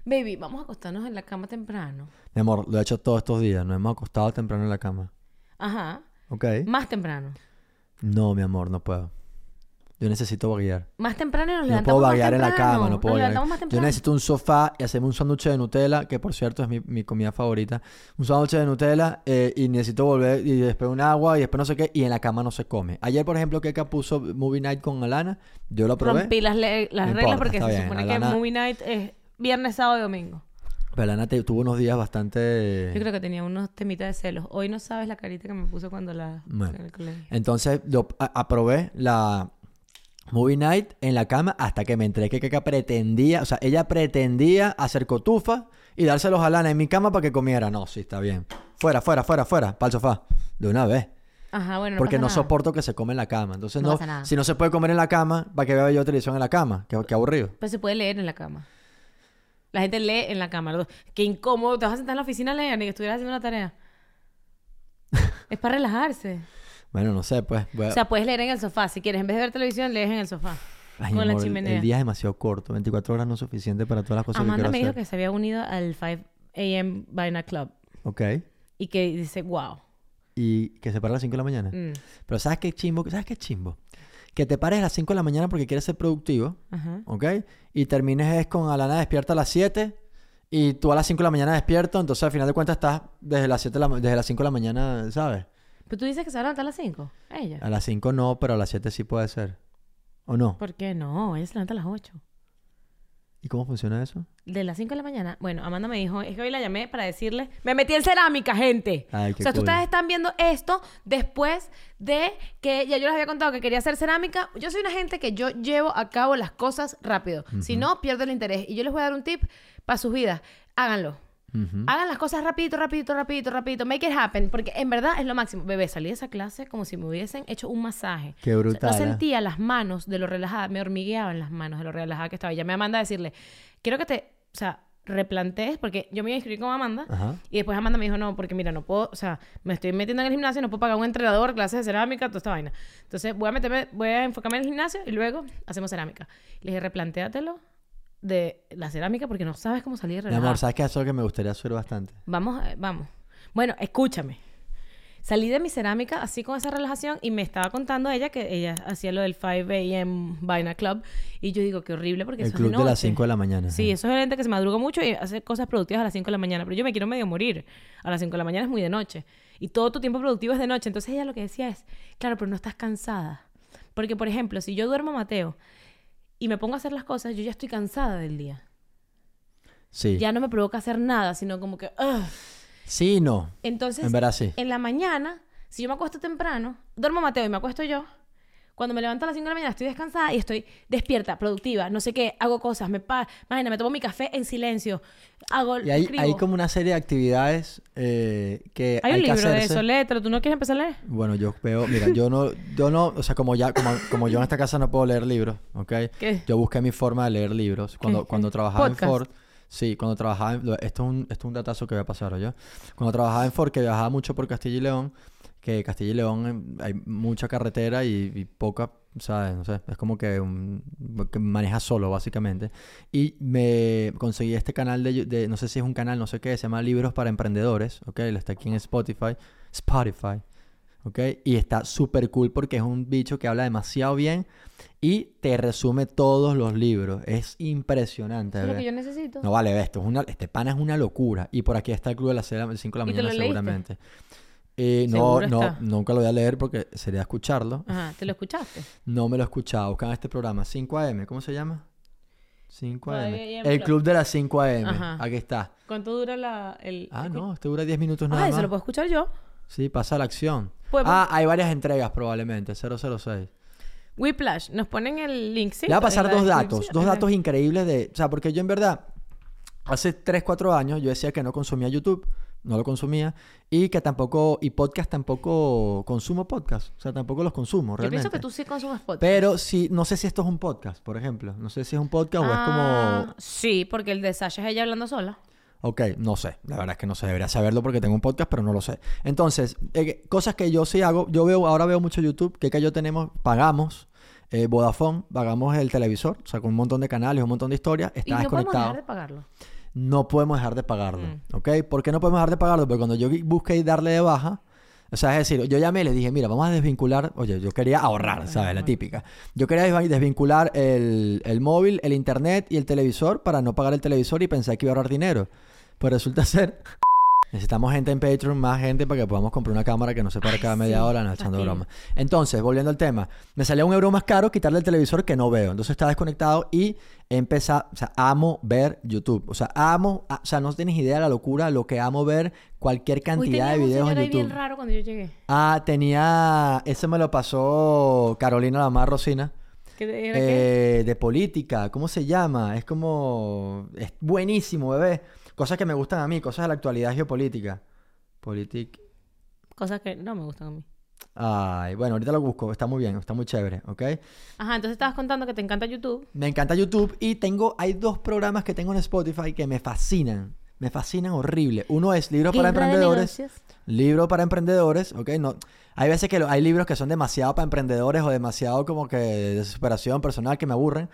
Baby, vamos a acostarnos en la cama temprano.
Mi amor, lo he hecho todos estos días, nos hemos acostado temprano en la cama.
Ajá.
¿Ok?
Más temprano.
No, mi amor, no puedo. Yo necesito vaguear.
Más temprano nos
No
levantamos
puedo
más
vaguear en la
temprano.
cama, no
Nos
puedo vaguear.
levantamos más
Yo
temprano.
necesito un sofá y hacerme un sándwich de Nutella, que por cierto es mi, mi comida favorita. Un sándwich de Nutella eh, y necesito volver y después un agua y después no sé qué y en la cama no se come. Ayer, por ejemplo, Keka puso Movie Night con Alana. Yo lo probé.
Rompí las, le- las
No
reglas
importa,
porque se
está bien,
supone
Alana-
que Movie Night es viernes, sábado y domingo.
Pero Alana te- tuvo unos días bastante...
Yo creo que tenía unos temitas de celos. Hoy no sabes la carita que me puso cuando la...
Bueno.
en el colegio.
Entonces lo, a- aprobé la movie night en la cama hasta que me enteré que Keka pretendía, o sea, ella pretendía hacer cotufa y dárselos a Lana en mi cama para que comiera. No, sí, está bien. Fuera, fuera, fuera, fuera, para el sofá. De una vez.
Ajá, bueno, no
Porque
pasa
no
nada.
soporto que se come en la cama. Entonces,
No
no,
pasa nada.
si no se puede comer en la cama, ¿para que vea yo televisión en la cama? Qué, qué aburrido.
Pero Pues se puede leer en la cama. La gente lee en la cama. los dos. Qué incómodo. Te vas a sentar en la oficina a leer ni que estuvieras haciendo una tarea. es para relajarse.
Bueno, no sé, pues. voy a-
O sea, puedes leer en el sofá. Si quieres, en vez de ver televisión, lees en el sofá.
Ay,
con la
amor, el-
chimenea.
El día es demasiado corto. 24 horas no es suficiente para todas las cosas
Amanda
que
me
quiero
dijo
hacer.
que se había unido al 5 a.m. Vaina Club.
Ok.
Y que dice, wow.
Y que se para a las 5 de la mañana.
Mm,
Pero ¿sabes qué chimbo? ¿Sabes qué chimbo? Que te pares a las 5 de la mañana porque quieres ser productivo,
Ajá.
¿ok? Y termines es con Alana despierta a las 7 y tú a las 5 de la mañana despierto, entonces al final de cuentas estás desde las 7 de la ma- desde las 5 de la mañana, ¿sabes?
Pero Pues tú dices que se va a levantar a las 5. Ella.
A las 5 no, pero a las 7 sí puede ser. ¿O no?
¿Por qué no? Ella se levanta a las 8.
¿Y cómo funciona eso?
De las 5 de la mañana. Bueno, Amanda me dijo, es que hoy la llamé para decirle, me metí en cerámica, gente.
Ay, qué
o sea,
cool.
ustedes están viendo esto después de que ya yo les había contado que quería hacer cerámica. Yo soy una gente que yo llevo a cabo las cosas rápido. Si no, pierdo el interés. Y yo les voy a dar un tip para sus vidas. Háganlo.
Ujú.
Hagan las cosas rapidito, rapidito, rapidito, rapidito. Make it happen. Porque en verdad es lo máximo. Bebé, salí de esa clase como si me hubiesen hecho un masaje.
Qué brutal,
O sea,
¿eh?
no sentía las manos de lo relajada. Me hormigueaban las manos de lo relajada que estaba. Y Ya me Amanda a decirle, quiero que te, o sea, replantees. Porque yo me iba a inscribir con Amanda.
Ajá.
Y después Amanda me dijo, no, porque mira, no puedo, o sea, me estoy metiendo en el gimnasio, no puedo pagar un entrenador, clases de cerámica, toda esta vaina. Entonces voy a meterme, voy a enfocarme en el gimnasio y luego hacemos cerámica. Le dije, replantéatelo de la cerámica porque no sabes cómo salir
Mi
relajada.
amor, ¿sabes qué? Eso es lo que me gustaría hacer bastante.
Vamos, eh, vamos. Bueno, escúchame. Salí de mi cerámica así con esa relajación y me estaba contando ella que ella hacía lo del 5 a.m. Vaina Club y yo digo, qué horrible porque
El
eso
club
es
de las 5 de la mañana. ¿eh?
Sí, eso es gente que se madruga mucho y hace cosas productivas a las 5 de la mañana, pero yo me quiero medio morir. A las 5 de la mañana es muy de noche y todo tu tiempo productivo es de noche, entonces ella lo que decía es, claro, pero no estás cansada. Porque por ejemplo, si yo duermo Mateo y me pongo a hacer las cosas, yo ya estoy cansada del día.
Sí.
Ya no me provoca hacer nada, sino como que "Ugh".
Sí y no.
Entonces,
En verdad sí.
en la mañana, si yo me acuesto temprano, duermo Mateo y me acuesto yo, cuando me levanto a las 5 de la mañana estoy descansada y estoy despierta, productiva, no sé qué, hago cosas, me pa imagina, me tomo mi café en silencio, hago
Y hay,
escribo.
hay como una serie de actividades eh, que
Hay un
hay que
libro de
hacerse.
eso, léetelo, ¿tú no quieres empezar a leer?
Bueno, yo veo, mira, yo no, yo no, o sea, como ya, como, como yo en esta casa no puedo leer libros, ¿ok?
¿Qué?
Yo busqué mi forma de leer libros. Cuando,
¿Qué?
cuando trabajaba en
Podcast.
Ford, sí, cuando trabajaba en, lo- esto es un, esto es un datazo que voy a pasar, yo Cuando trabajaba en Ford, que viajaba mucho por Castilla y León, que Castilla y León eh, hay mucha carretera y, y poca, ¿sabes? No sé, es como que, un- que manejas solo, básicamente. Y me conseguí este canal de, de- no sé si es un canal, no sé qué, se llama Libros para Emprendedores, ¿ok? Él Está aquí en Spotify. Spotify. ¿ok? Y está súper cool porque es un bicho que habla demasiado bien y te resume todos los libros. Es impresionante.
Eso es lo
bebé.
que yo necesito.
No vale, ve, esto es una, este pana es una locura. Y por aquí está el club de las 5 de la
¿Y te
mañana
lo leíste?
seguramente. Eh, no,
Seguro
no,
está.
nunca lo voy a leer porque sería escucharlo.
Ajá, ¿te lo escuchaste?
No me lo he escuchado. Buscan este programa, 5 AM, ¿cómo se llama? 5 AM.
5 AM
El
Club.
club de las 5 AM.
Ajá.
Aquí está.
¿Cuánto dura la, el...?
Ah, no, este dura 10 minutos nada
Ah,
más.
eso lo puedo escuchar yo.
Sí, pasa la acción.
Pues-
ah, hay varias entregas probablemente, 006.
Whiplash, nos ponen el link, ¿sí?
Le voy a
en
pasar
la
dos datos,
descripción.
dos datos increíbles de... O sea, porque yo en verdad, hace 3, 4 años yo decía que no consumía YouTube, no lo consumía, y que tampoco, y podcast tampoco consumo podcast, o sea, tampoco los consumo
Yo
realmente.
pienso que tú sí consumes podcast.
Pero sí, no sé si esto es un podcast, por ejemplo, no sé si es un podcast o es
Ah,
como...
Sí, porque el de Sasha es ella hablando sola.
Ok, no sé, la verdad es que no sé, debería saberlo porque tengo un podcast, pero no lo sé. Entonces, eh, cosas que yo sí hago, yo veo, ahora veo mucho YouTube, que que yo tenemos, pagamos. eh, Vodafone, pagamos el televisor, o sea, con un montón de canales, un montón de historias,
Y
está
no podemos
desconectado.
dejar de Mm. pagarlo.
no podemos dejar de pagarlo. ¿Ok? ¿Por qué no podemos dejar de pagarlo? Porque cuando yo busqué darle de baja, O sea, es decir, yo llamé y les dije, mira, vamos a desvincular. Oye, yo quería ahorrar, ¿sabes? La típica. Yo quería desvi- desvincular el, el móvil, el internet y el televisor para no pagar el televisor y pensé que iba a ahorrar dinero. Pues resulta ser. Necesitamos gente en Patreon, más gente para que podamos comprar una cámara que no se para
Ay,
cada media
sí,
hora, no echando
fastidio.
broma. Entonces, volviendo al tema, me salía un euro más caro quitarle el televisor que no veo. Entonces estaba desconectado y empezaba, o sea, amo ver YouTube. O sea, amo, a- o sea, no tienes idea de la locura, lo que amo ver cualquier cantidad de videos en
ahí
YouTube.
bien raro cuando yo llegué.
Ah, tenía. Ese me lo pasó Carolina Lamar Rosina.
¿Qué era qué?
eh, de política, ¿cómo se llama? Es como. Es buenísimo, bebé. Cosas que me gustan a mí, cosas de la actualidad geopolítica. Politic.
Cosas que no me gustan a mí.
Ay, bueno, ahorita lo busco, está muy bien, está muy chévere, ¿ok?
Ajá, entonces estabas contando que te encanta YouTube.
Me encanta YouTube y tengo. Hay dos programas que tengo en Spotify que me fascinan. Me fascinan horrible. Uno es Libros para
Guerra de
Emprendedores.
negocios.
Libro para emprendedores, ¿ok? No, hay veces que lo- hay libros que son demasiado para emprendedores o demasiado como que de superación personal que me aburren.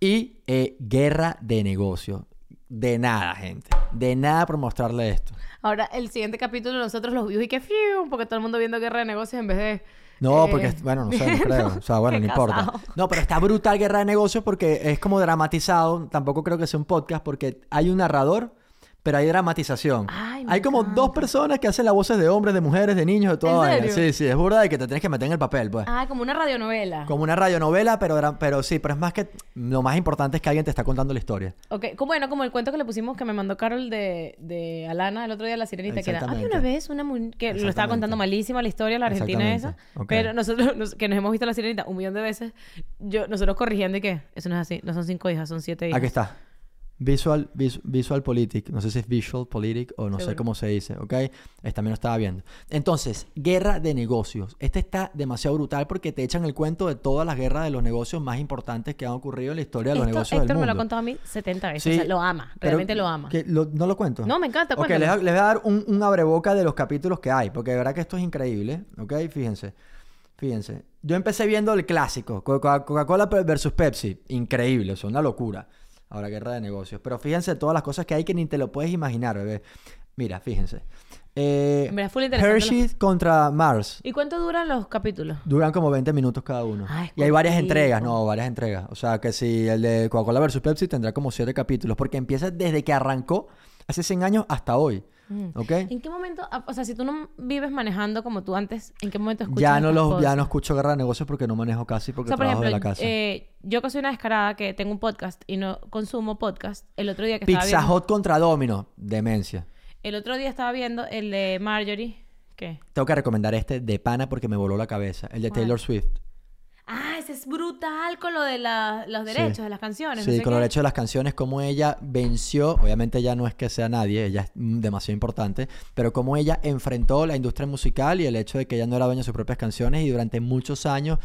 Y eh, Guerra de Negocios. De nada, gente. De nada por mostrarle esto.
Ahora, el siguiente capítulo nosotros los vimos y que fiu, porque todo el mundo viendo guerra de negocios en vez de.
No,
eh,
porque, bueno, no sé, no creo. O sea, bueno, no
qué
importa.
casado.
No, pero está brutal Guerra de Negocios porque es como dramatizado. Tampoco creo que sea un podcast porque hay un narrador, pero hay dramatización.
Ay, me
hay como dos personas que hacen las voces de hombres, de mujeres, de niños, de toda
¿En
vaina.
serio?
Sí, sí, es burda de que te tienes que meter en el papel, pues.
Ah, como una radionovela.
Como una radionovela, pero, era- pero sí, pero es más que... Lo más importante es que alguien te está contando la historia.
Ok, como, bueno, como el cuento que le pusimos que me mandó Carol de, de Alana el otro día, la sirenita, que era, había
Exactamente.
una vez una mu- que lo estaba
Exactamente.
contando malísima la historia, la argentina esa,
Exactamente. Ok.
pero nosotros, nos- que nos hemos visto la sirenita un millón de veces, yo, nosotros corrigiendo y que, eso no es así, no son cinco hijas, son siete hijas.
Aquí Ah, está. Visual, vis- visual Politic. No sé si es Visual Politic o no sé
Seguro.
cómo se dice, ¿ok? Eh, También lo estaba viendo. Entonces, guerra de negocios. Este está demasiado brutal porque te echan el cuento de todas las guerras de los negocios más importantes que han ocurrido en la historia de los
Esto,
negocios
Héctor
del
me lo ha
mundo.
contado a mí 70 veces,
Sí,
o sea, lo ama,
Pero
realmente lo ama.
que lo- ¿No lo cuento?
No, me encanta,
Ok, les,
cuéntalo.
les voy a dar un, un abreboca de los capítulos que hay, porque de verdad que esto es increíble, ¿ok? Fíjense, fíjense. Yo empecé viendo el clásico, Co- Co- Coca-Cola pe- versus Pepsi, increíble, es una locura. Ahora, guerra de negocios. Pero fíjense todas las cosas que hay que ni te lo puedes imaginar, bebé. Mira, fíjense. Eh,
En verdad, full interesante
Hershey contra Mars.
¿Y cuánto duran los capítulos?
Duran como 20 minutos cada uno.
Ay,
y hay varias
cortico.
entregas, no, varias entregas. O sea, que si el de Coca-Cola versus Pepsi tendrá como 7 capítulos, porque empieza desde que arrancó, hace 100 años hasta hoy.
Mm.
¿Ok?
¿En qué momento, ah, o sea, si tú no vives manejando como tú antes, ¿en qué momento escuchas
Ya no,
estas
los, ya
cosas?
no escucho guerra de negocios porque no manejo casi
O
porque
sea, por
trabajo
ejemplo,
de la casa.
eh, yo que soy una descarada que tengo un podcast y no consumo podcast, el otro día que estaba
Pizza
viendo,
Hot contra Domino, demencia.
el otro día estaba viendo el de Marjorie, ¿qué?
Tengo que recomendar este de pana porque me voló la cabeza, el de
¿Cuál?
Taylor Swift.
Ah, ese es brutal con lo de la- los
Sí.
derechos de las canciones. no
Sí,
sé
con
qué.
el hecho de las canciones, cómo ella venció, obviamente ella no es que sea nadie, ella es mm, demasiado importante, pero cómo ella enfrentó la industria musical y el hecho de que ella no era dueña de sus propias canciones y durante muchos años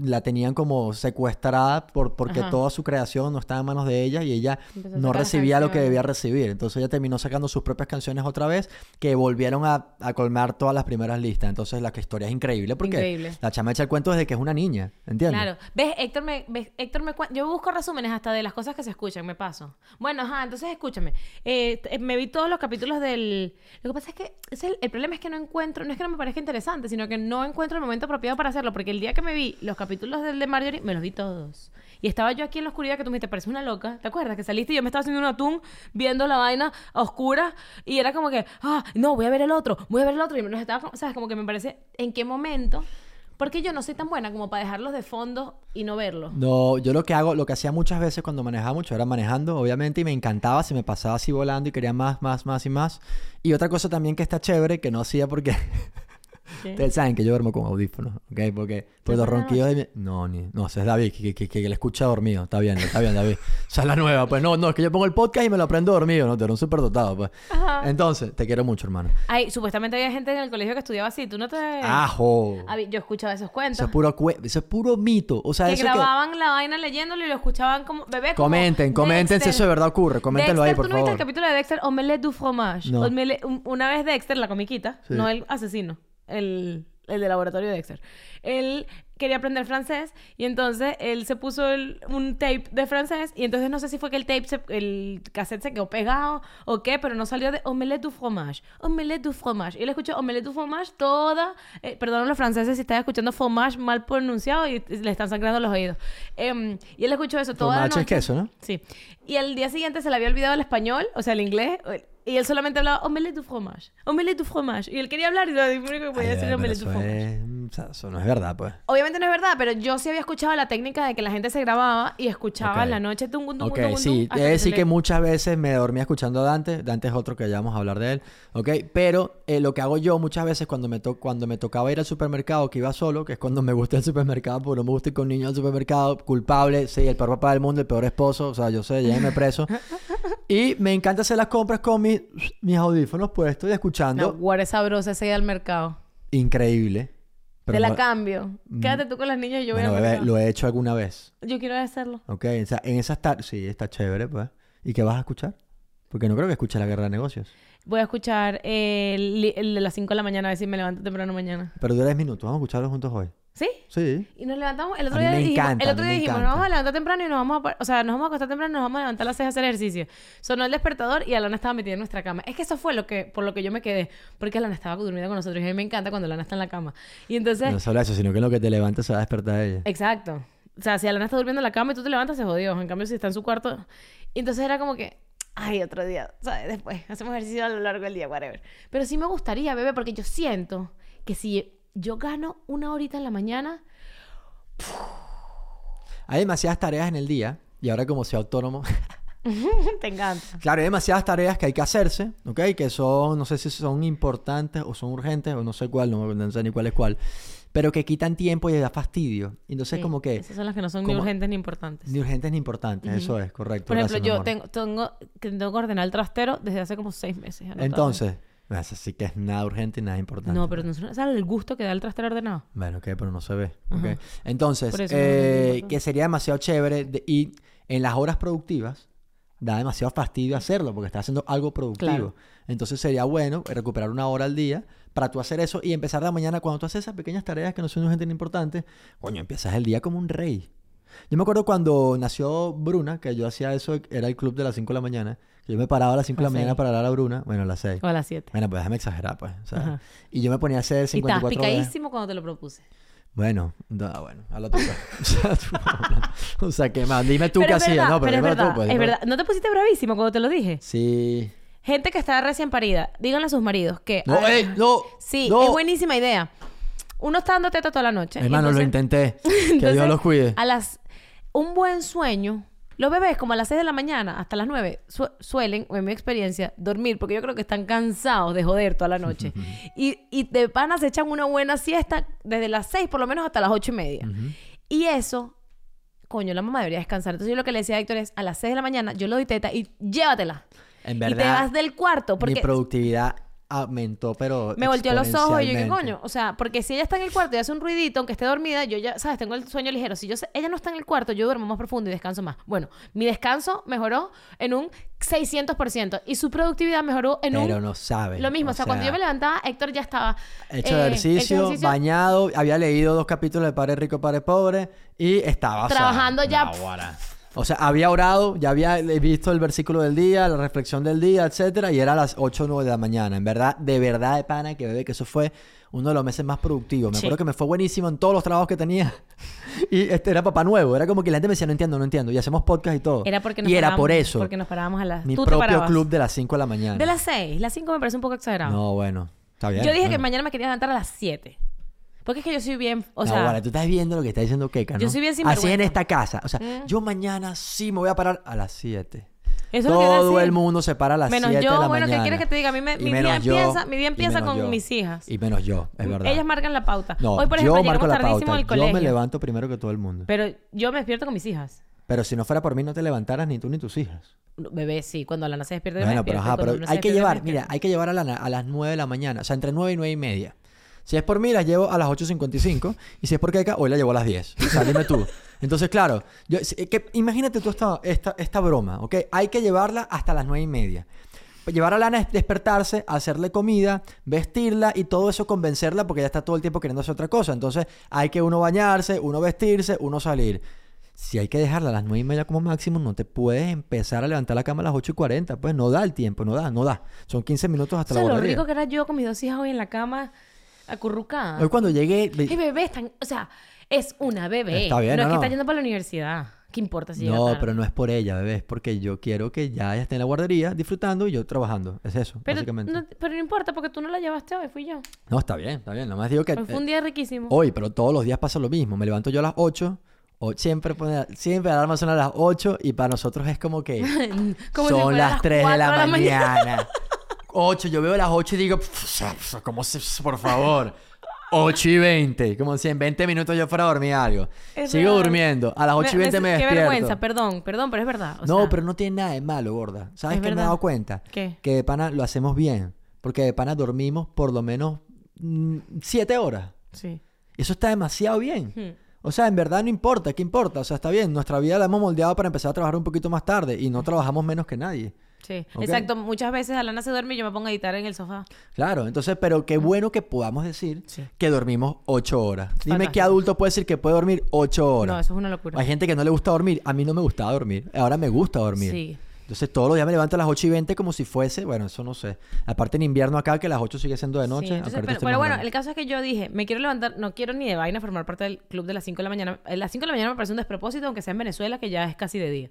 la tenían como secuestrada por, porque
Ajá.
toda su creación no estaba en manos de ella y ella
Empezó a
no
sacar las
recibía lo que
canciones.
debía recibir. Entonces ella terminó sacando sus propias canciones otra vez que volvieron a, a colmar todas las primeras listas. Entonces la historia es increíble porque
Increíble.
la chama echa el cuento desde que es una niña, ¿entiendes?
Claro. ¿Ves? Héctor me, ves, Héctor me cuen- Yo busco resúmenes hasta de las cosas que se escuchan, me paso. Bueno, ajá, entonces escúchame. Eh, t- eh, me vi todos los capítulos del. Lo que pasa es que es el, el problema es que no encuentro. No es que no me parezca interesante, sino que no encuentro el momento apropiado para hacerlo. Porque el día que me vi los capítulos del de Marjorie, me los vi todos. Y estaba yo aquí en la oscuridad que tú me dijiste, pareces una loca. ¿Te acuerdas? Que saliste y yo me estaba haciendo un atún viendo la vaina a oscuras y era como que, ah, no, voy a ver el otro, voy a ver el otro. Y nos estaba, como- ¿sabes? Como que me parece, ¿en qué momento? Porque yo no soy tan buena como para dejarlos de fondo y no verlos.
No, yo lo que hago, lo que hacía muchas veces cuando manejaba mucho, era manejando, obviamente, y me encantaba, se me pasaba así volando y quería más, más, más y más. Y otra cosa también que está chévere, que no hacía porque... Ustedes saben que yo duermo con audífonos, ¿ok? Porque por
¿Te
los
pasa la
ronquidos de mi... No, ni... no, ese es David, que, que, que, que le escucha dormido. Está bien, está bien, David. Esa es la nueva. Pues no, no, es que yo pongo el podcast y me lo aprendo dormido, ¿no? Te un superdotado, pues. Entonces, te quiero mucho, hermano.
Ay, supuestamente había gente en el colegio que estudiaba así. Tú no te.
¡Ajo!
Habí- Yo escuchaba esos
Ah. Eso
cuentos.
es puro, cue- eso es puro mito. O sea,
que
eso que...
grababan la vaina leyéndolo y lo escuchaban como bebé. como,
Comenten, comenten si
"Dexter,
eso de verdad ocurre. Coméntenlo ahí,
Dexter,
por
¿tú no viste
favor.
el capítulo de Dexter, Omelette du fromage?
No.
Omelette- un- una vez Dexter, la comiquita,
Sí.
no el asesino, el, el de laboratorio de Dexter. Él quería aprender francés y entonces él se puso el- un tape de francés y entonces no sé si fue que el tape, se- el cassette se quedó pegado o qué, pero no salió de omelette du fromage, omelette du fromage. Y él escuchó omelette du fromage toda, eh, perdón los franceses si están escuchando fromage mal pronunciado y le están sangrando los oídos. Em, y él escuchó eso toda la
Tomate es
noche.
queso, ¿no?
Sí. Y al día siguiente se le había olvidado el español, o sea, el inglés. Y él solamente hablaba omelette du fromage, omelette du fromage. Y él quería hablar y lo único que podía
Ay,
decir
bueno,
era omelette
eso,
du fromage.
es- o sea, eso no es verdad, pues.
Obviamente no es verdad, pero yo sí había escuchado la técnica de que la gente se grababa y escuchaba
Ok.
en la noche tungun, tungun,
Ok,
tungun, tungun,
sí.
hasta
Es
se
decir
le-
que muchas veces me dormía escuchando a Dante. Dante es otro que ya vamos a hablar de él. Ok, pero eh, lo que hago yo muchas veces cuando me, to- cuando me tocaba ir al supermercado, que iba solo, que es cuando me gusta el supermercado, porque no me gusta ir con niños al supermercado, culpable, sí, el peor papá del mundo, el peor esposo, o sea, yo sé, llévenme preso. y me encanta hacer las compras con mis, mis audífonos puestos y
No,
escuchando.
guarda sabrosa esa idea al mercado.
Increíble. Pero
Te la
no-
cambio. Quédate tú con las niñas y yo voy
bueno,
al
bebé,
mercado.
lo he hecho alguna vez.
Yo quiero hacerlo.
Ok, o sea, en esas tardes. Sí, está chévere, pues. ¿Y qué vas a escuchar? Porque no creo que escuches la guerra de negocios.
Voy a escuchar eh, el, el de las 5 de la mañana, a ver si me levanto temprano mañana.
Pero dura 10 minutos, vamos a escucharlo juntos hoy.
¿Sí?
Sí.
Y nos levantamos, el otro
A mí
día
me
dijimos,
encanta,
el
a
otro
mí
día
me
dijimos, nos
encanta.
vamos a levantar temprano y nos vamos a, par- o sea, nos vamos a acostar temprano y nos vamos a levantar a las seis a hacer ejercicio. Sonó el despertador y Alana estaba metida en nuestra cama. Es que eso fue lo que, por lo que yo me quedé, porque Alana estaba durmiendo con nosotros y a mí me encanta cuando Alana está en la cama. Y entonces,
No solo eso, sino que en lo que te levantes se va a despertar ella.
exacto. O sea, si Alana está durmiendo en la cama y tú te levantas, se jodió. En cambio, si está en su cuarto. Y entonces era como que, ay, otro día, ¿sabes? Después, hacemos ejercicio a lo largo del día, whatever. Pero sí me gustaría, bebé, porque yo siento que si yo gano una horita en la mañana,
Hay demasiadas tareas en el día. Y ahora como soy autónomo,
te encanta.
claro, hay demasiadas tareas que hay que hacerse, ¿ok? Que son, no sé si son importantes o son urgentes, o no sé cuál, no, no sé ni cuál es cuál, pero que quitan tiempo y da fastidio. Entonces
Sí,
como que
Esas son las que no son ni
como-
urgentes ni importantes.
ni urgentes ni importantes, eso es, correcto.
Por ejemplo,
Gracias, mi
yo
amor.
tengo, tengo, que tengo que ordenar el trastero desde hace como seis meses. anotado.
Entonces, eso sí que es nada urgente y nada importante.
No, pero no es- ¿sabes el gusto que da el trastero ordenado?
Bueno, ok, pero no se ve. ok.
Ajá.
Entonces,
Por eso no
eh,
es importante.
que sería demasiado chévere de- y en las horas productivas da demasiado fastidio hacerlo porque estás haciendo algo productivo.
Claro.
Entonces sería bueno recuperar una hora al día para tú hacer eso y empezar la mañana cuando tú haces esas pequeñas tareas que no son urgentes ni importantes. Coño, empiezas el día como un rey. Yo me acuerdo cuando nació Bruna, que yo hacía eso, era el club de las 5 de la mañana. que Yo me paraba a las 5 de la
Las
mañana
seis.
para hablar a Bruna. Bueno, a las 6.
O a las siete.
Bueno, pues déjame exagerar, pues. o sea,
Ajá.
y yo me ponía a hacer
Y estabas
54 horas.
picadísimo cuando te lo propuse.
Bueno, da, bueno, a la tuya. o sea, tú, o sea, que más, dime tú qué
es
hacías,
verdad,
no, pero,
es
dímelo tú,
verdad,
pues,
es
dímelo.
verdad. ¿No te pusiste bravísimo cuando te lo dije?
Sí.
Gente que está recién parida, díganle a sus maridos que... a
No,
ver,
ey, no.
sí,
no.
es buenísima idea. Uno está dando teta toda la noche. y
Hermano, lo
entonces-
intenté. que Dios
Entonces,
los cuide.
A las un buen sueño. Los bebés como a las 6 de la mañana hasta las 9 su- suelen, en mi experiencia, dormir porque yo creo que están cansados de joder toda la noche. y, y de pana se echan una buena siesta desde las 6 por lo menos hasta las 8 y media. Y eso, coño, la mamá debería descansar. Entonces yo lo que le decía a Héctor es, a las 6 de la mañana yo le doy teta y llévatela.
En
y te
verdad,
vas del cuarto
mi
porque
productividad aumentó, pero
me volteó los ojos y yo, ¿qué
exponencialmente.
coño? O sea, porque si ella está en el cuarto y hace un ruidito, aunque esté dormida, yo ya, ¿sabes? Tengo el sueño ligero. Si yo sé- ella no está en el cuarto, yo duermo más profundo y descanso más. Bueno, mi descanso mejoró en un 600% y su productividad mejoró en
Pero
un...
no sabes.
Lo mismo, o sea, cuando yo me levantaba, Héctor ya estaba...
Hecho
eh,
ejercicio,
hecho
bañado, había leído dos capítulos de Padre Rico, Padre Pobre y estaba o sea,
Trabajando ya.
naguará. O sea, había orado, ya había eh, visto el versículo del día, la reflexión del día, etcétera, y era a las 8 o 9 de la mañana. En verdad, de verdad de pana que bebé, que eso fue uno de los meses más productivos. Me
Sí.
acuerdo que me fue buenísimo en todos los trabajos que tenía. Y este era papá nuevo, era como que la gente me decía, "No entiendo, no entiendo." Y hacemos podcast y todo.
Era porque nos
y era
parábamos-
por eso.
Porque nos parábamos a las...
Mi
tú te
propio
parabas.
club de las 5 de la mañana.
De las 6, las 5 me parece un poco exagerado.
No, bueno. Está bien.
yo dije que
bueno.
mañana me quería levantar a las 7. Porque es que yo soy bien... O sea,
Naguará, tú estás viendo lo que está diciendo Keka, ¿no?
Yo soy bien
Así en
sinvergüenza. Mm.
esta casa. O sea, yo mañana sí me voy a parar a las 7.
eso es lo que iba a
Todo
decir.
el mundo se para a las 7
Menos
de la
yo,
mañana.
bueno, ¿qué quieres que te diga? A mí me-
Y
mi
menos
día
yo,
empieza- mi día
y
empieza
menos
con
yo.
mis hijas.
Y menos yo, es verdad.
Ellas marcan la pauta.
no,
Hoy, por
yo
ejemplo,
marco
llegamos
la
tardísimo
pauta.
al colegio.
Yo me levanto primero que todo el mundo. Pero,
Pero yo me despierto con mis hijas.
si no fuera por mí, no te levantaras ni tú ni tus hijas.
Bebé, sí, cuando Alana se despierta, yo me
Bueno, pero
despierto.
ajá,
eh, Cuando
pero
Bruno se
hay
despierta,
que
yo
llevar,
me
mira,
despierto.
hay que llevar a, la- a las 9 de la mañana. O sea, entre 9 y 9 y media. Si es por mí, las llevo a las 8.55. Y si es por Keka, hoy la llevo a las 10. O sea, dime tú. Entonces, claro, eh, yo- si- que- imagínate tú esta, esta, esta broma, ¿ok? Hay que llevarla hasta las 9 y media. llevar a Lana es despertarse, hacerle comida, vestirla y todo eso convencerla porque ya está todo el tiempo queriendo hacer otra cosa. Entonces hay que uno bañarse, uno vestirse, uno salir. Si hay que dejarla a las 9 y media como máximo, no te puedes empezar a levantar la cama a las 8 y 40. Pues no da el tiempo, no da, no da. Son 15 minutos
O
hasta
sea,
la
lo
guardería.
rico que era yo con mis dos hijas hoy en la cama, acurrucada.
Hoy cuando llegué... le-
Y bebé están, o sea, es una bebé.
Está bien,
no, es
no,
que
no.
está yendo para la universidad. ¿Qué importa si llega
No,
tarde?
pero no es por ella, bebé. Es porque yo quiero que ya ella esté en la guardería disfrutando y yo trabajando. Es eso,
Pero
básicamente.
no,
No...
pero no importa porque tú no la llevaste hoy, fui yo.
está bien, está bien. Nada más digo que...
Hoy fue un día riquísimo.
Eh, Hoy, pero todos los días pasa lo mismo. Me levanto yo a las 8. O siempre, pone, siempre la alarma suena a las 8 y para nosotros es como que
Como si
son
fuera
las
las
3 de la,
cuatro de la
mañana. 8, yo veo las 8 y digo, "Pf, sa- sa- ¿cómo se, por favor? 8 y 20, como si en 20 minutos yo fuera a dormir algo.
Es
Sigo
real.
durmiendo, a las 8 y 20 me,
Qué
despierto.
vergüenza, perdón, perdón, pero es verdad. o
no,
sea,
pero no tiene nada de malo, gorda. ¿Sabes
Es
qué me he
verdad.
dado cuenta?
¿Qué?
Que de pana lo hacemos bien, porque de pana dormimos por lo menos 7 horas.
Sí.
Eso está demasiado bien.
Hmm.
O sea, en verdad no importa, ¿qué importa? O sea, está bien, nuestra vida la hemos moldeado para empezar a trabajar un poquito más tarde y no trabajamos menos que nadie.
Sí,
Ok.
exacto. Muchas veces Alana se duerme y yo me pongo a editar en el sofá.
Claro, entonces, pero qué bueno que podamos decir
Sí.
que dormimos ocho horas. Dime qué
Fantástico.
adulto puede decir que puede dormir ocho horas.
No, eso es una locura.
Hay gente que no le gusta dormir, a mí no me gustaba dormir, ahora me gusta dormir.
Sí.
Entonces todos los días me levanto a las 8 y 20 como si fuese, bueno, eso no sé. Aparte en invierno acá que las 8 sigue siendo de noche.
Sí, entonces,
aunque
pero,
ahorita esté
pero
más
bueno,
grande.
el caso es que yo dije, me quiero levantar, no quiero ni de vaina formar parte del club de las 5 de la mañana. Eh, Las 5 de la mañana me parece un despropósito, aunque sea en Venezuela, que ya es casi de día.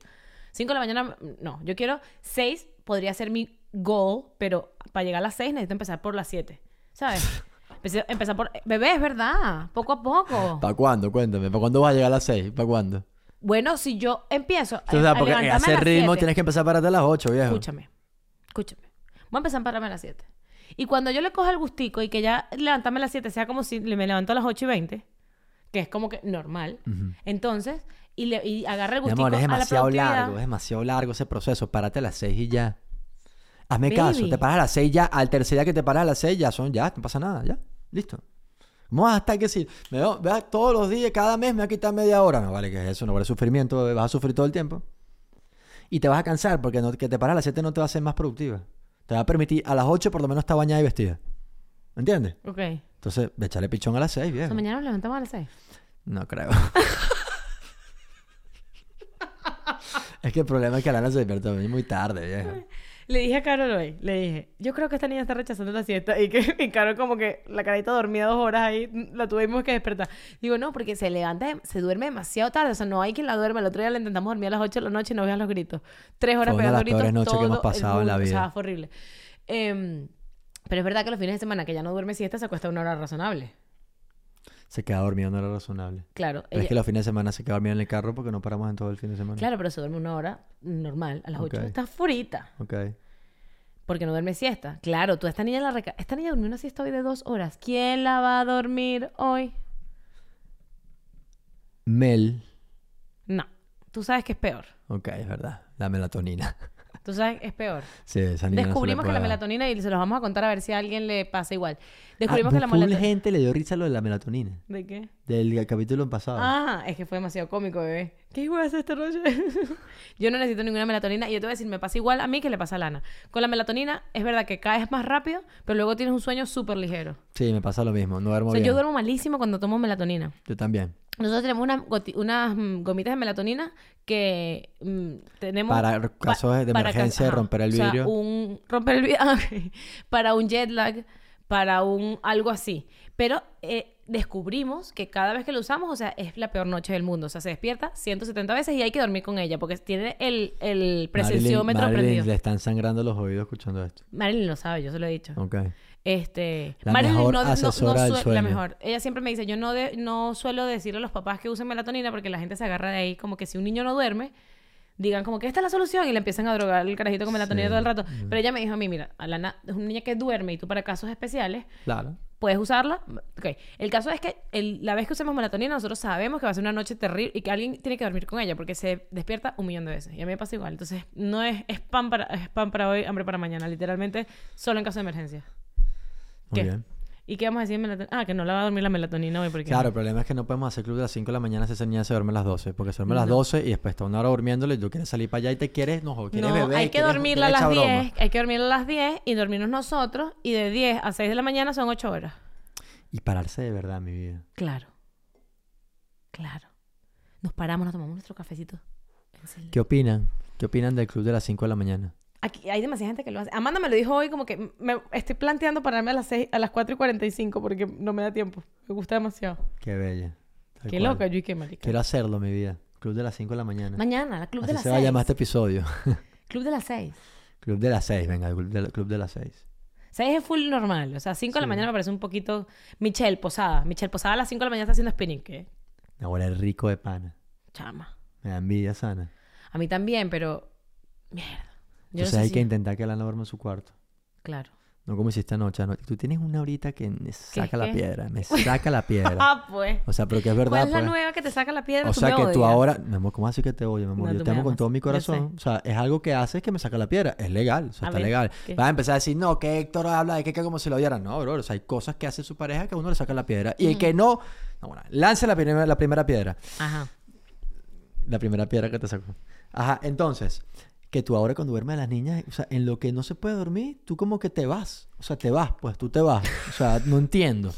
5 de la mañana, mm, no, yo quiero 6, podría ser mi goal, pero para llegar a las 6 necesito empezar por las 7, ¿sabes? Empecé- Empezar por... eh, Bebé, es verdad, poco a poco.
¿Para cuándo? Cuéntame, ¿para cuándo vas a llegar a las 6? ¿Para cuándo?
Bueno, si yo empiezo... a-
O sea,
a
ah, porque eh,
levantarme a
hacer
las
ritmo
7,
tienes que empezar a pararte a las 8, viejo.
Escúchame, escúchame. Voy a empezar a pararme a las 7. Y cuando yo le coja el gustico y que ya levantarme a las 7 sea como si le- me levanto a las 8 y 20, que es como que normal, entonces, y, le, y agarra el
Mi
gustico
amor, es
a la
demasiado
productividad.
largo, es demasiado largo ese proceso. Párate a las 6 y ya. Hazme
Baby.
caso, te paras a las 6 ya, al tercer día que te paras a las 6 ya son, ya, no pasa nada, ya, listo. ¿Cómo vas a estar que si, me veo- vea, todos los días, cada mes me va a quitar media hora? No vale, que es eso, no vale sufrimiento, bebé, vas a sufrir todo el tiempo. Y te vas a cansar porque no, que te paras a las 7 no te va a hacer más productiva. Te va a permitir, a las 8 por lo menos estar bañada y vestida. ¿Entiendes?
Ok. O
Entonces, échale pichón a las 6,
sea,
viejo.
mañana nos levantamos a las 6.
No creo. es que el problema es que Alana se despertó muy tarde, viejo.
Le dije a Carol hoy, le dije, yo creo que esta niña está rechazando la siesta. Y que y Carol como que la carita dormida dos horas ahí, la tuvimos que despertar. Digo, no, porque se levanta, de- se duerme demasiado tarde. O sea, no hay quien la duerma. El otro día la intentamos dormir a las 8 de la noche y no vean los gritos. Tres horas
Fue una de
pegando
las
gritos.
peores noches que
todo
hemos
el
pasado en la
mundo. O sea,
vida.
fue horrible. Em, pero es verdad que los fines de semana que ya no duerme siesta se acuesta una hora razonable.
Se queda dormido, no era razonable.
Claro.
Pero
ella-
es que los fines de semana se queda dormido en el carro porque no paramos en todo el fin de semana.
Claro, pero se duerme una hora normal, a las 8.
Ok.
Está furita.
Ok.
Porque no duerme siesta. Claro, tú a esta niña la reca... Esta niña durmió una siesta hoy de dos horas. ¿Quién la va a dormir hoy?
Mel.
No. Tú sabes que es peor.
Ok, es verdad. La melatonina.
Tú sabes que es peor.
Sí, esa niña no se le
Descubrimos que la
puede dar.
melatonina, y se los vamos a contar a ver si a alguien le pasa igual.
Ah,
Descubrimos que la
full
melatonina...
gente le dio risa lo de la melatonina.
¿De qué?
Del capítulo pasado.
Ah, es que fue demasiado cómico, bebé. ¿Qué voy a hacer esta noche? yo no necesito ninguna melatonina. Y yo te voy a decir, me pasa igual a mí que le pasa a Lana. Con la melatonina es verdad que caes más rápido, pero luego tienes un sueño súper ligero.
Sí, me pasa lo mismo. No duermo
o sea,
bien.
yo duermo malísimo cuando tomo melatonina.
Yo también.
Nosotros tenemos unas, goti- unas mm, gomitas de melatonina que mm, tenemos...
Para casos de
para
emergencia, de
ajá.
romper el
O sea,
vidrio.
un... Romper el vidrio, ah, ok. para un jet lag, para un... algo así. Pero eh, descubrimos que cada vez que lo usamos, o sea, es la peor noche del mundo. O sea, se despierta 170 veces y hay que dormir con ella porque tiene el, el presenciómetro
Marilyn- Marilyn
prendido.
le están sangrando los oídos escuchando esto.
Marilyn lo sabe, yo se lo he dicho.
Ok.
Este,
La mejor asesora del
sue-
sueño.
la mejor. Ella siempre me dice, yo no de- no suelo decirle a los papás que usen melatonina porque la gente se agarra de ahí como que si un niño no duerme, digan como que esta es la solución y le empiezan a drogar el carajito con melatonina
Sí. Mm.
todo el rato. Pero ella me dijo a mí, mira, Alana es una niña que duerme y tú para casos especiales
Claro.
puedes usarla. Ok. El caso es que el- la vez que usemos melatonina nosotros sabemos que va a ser una noche terrible y que alguien tiene que dormir con ella porque se despierta un millón de veces. Y a mí me pasa igual. Entonces, no es, es pan para es pan para hoy, hambre para mañana, literalmente solo en caso de emergencia.
Muy
¿Qué?
bien.
Y ¿Y qué vamos a decir de melatonina? Ah, que no la va a dormir la melatonina hoy porque...
Claro, el problema es que no podemos hacer club de las 5 de la mañana si esa niña se duerme a las 12, porque se duerme a las
No.
12 y después está una hora durmiéndole y tú quieres salir para allá y te quieres, no, quieres
No,
beber.
hay que
quieres-
dormirla a las
quieres echar broma.
10, hay que dormirla a las 10 y dormirnos nosotros y de 10 a 6 de la mañana son 8 horas.
Y pararse de verdad, mi vida.
Claro. Claro. Nos paramos, nos tomamos nuestro cafecito. En silencio.
¿Qué opinan? ¿Qué opinan del club de las 5 de la mañana?
Aquí hay demasiada gente que lo hace. Amanda me lo dijo hoy como que me estoy planteando pararme a las 6, a las 4 y 45 porque no me da tiempo. Me gusta demasiado.
Qué bella. Tal
Qué
cual.
loca, yo y qué marica.
Quiero hacerlo, mi vida. Club de las 5 de la mañana.
Mañana, la club
Así
de las
se va a llamar
6.
este episodio.
Club de las 6.
Club de las 6, venga, club de, la- club de las 6.
6 es full normal. O sea, 5 de la
Sí.
mañana me parece un poquito. Michelle Posada. Michelle Posada a las 5 de la mañana está haciendo spinning. ¿Qué?
Ahora es rico de pana.
Chama.
Me da envidia sana.
A mí también, pero. Mierda. Yo no
Entonces
sé
hay
si-
que intentar que Alana duerma en su cuarto.
Claro.
No como hiciste anoche. anoche. Tú tienes una horita que me saca la
qué?
piedra. Me saca la piedra.
Ah, pues.
O sea, pero que es
¿Cuál
verdad.
es la
pues.
nueva que te saca la piedra?
O
me
sea, que tú
odias.
ahora... Mi amor, ¿cómo así que te odio, mi amor?
No,
Yo
tú
te
me
amo con
amas.
todo mi
Yo sé.
corazón. O sea, es algo que haces que me saca la piedra. Es legal. O
A
sea, está
ver,
legal.
¿qué?
Vas a empezar a decir, no, que Héctor habla de que como si lo odiara. No, bro. O sea, hay cosas que hace su pareja que a uno le saca la piedra.
Mm.
Y el que no... No, bueno, lance la primera, la primera piedra.
Ajá.
La primera piedra que te sacó. Ajá, entonces, que tú ahora cuando duermes a las niñas, o sea, en lo que no se puede dormir, tú como que te vas. O sea, te vas, pues tú te vas. O sea, no entiendo.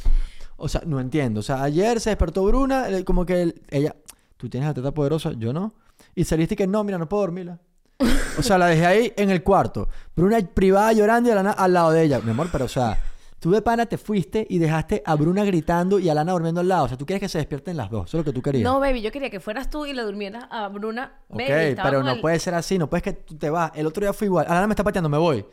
O sea, no entiendo. O sea, ayer se despertó Bruna, eh, como que el- ella, tú tienes la teta poderosa, yo no. Y saliste que no, mira, no puedo dormirla. O sea, la dejé ahí en el cuarto. Bruna privada llorando y Alana al lado de ella. Mi amor, pero o sea, tú de pana te fuiste y dejaste a Bruna gritando y a Alana durmiendo al lado. O sea, tú quieres que se despierten las dos. Eso es lo que tú querías.
No, baby, yo quería que fueras tú y le durmieras a Bruna.
Ok,
Baby, estaba
pero
con
no
el-
puede ser así, no puedes que tú te vas. El otro día fue igual. Alana me está pateando, me voy.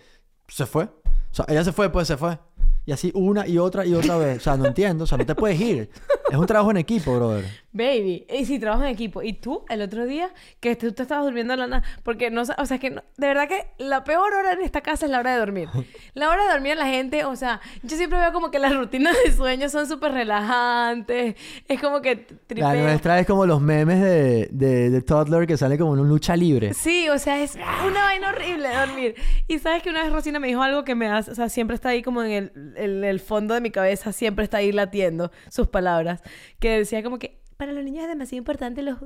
Se fue. O sea, ella se fue, después se fue. Y así una y otra y otra vez. O sea, no entiendo. O sea, no te puedes ir. Es un trabajo en equipo, brother.
Baby, y si trabajas en equipo. Y tú, el otro día, que tú te estabas durmiendo a la nada. Porque no sa- o sea, es que no- de verdad que la peor hora en esta casa es la hora de dormir. La hora de dormir, la gente, o sea, yo siempre veo como que las rutinas de sueño son súper relajantes. Es como que tripeo.
La nuestra es como los memes de, de, de Toddler que sale como en un lucha libre.
Sí, o sea, es una vaina horrible dormir. Y sabes que una vez Rosina me dijo algo que me hace, o sea, siempre está ahí como en el, en el fondo de mi cabeza, siempre está ahí latiendo sus palabras, que decía como que para los niños es demasiado importante los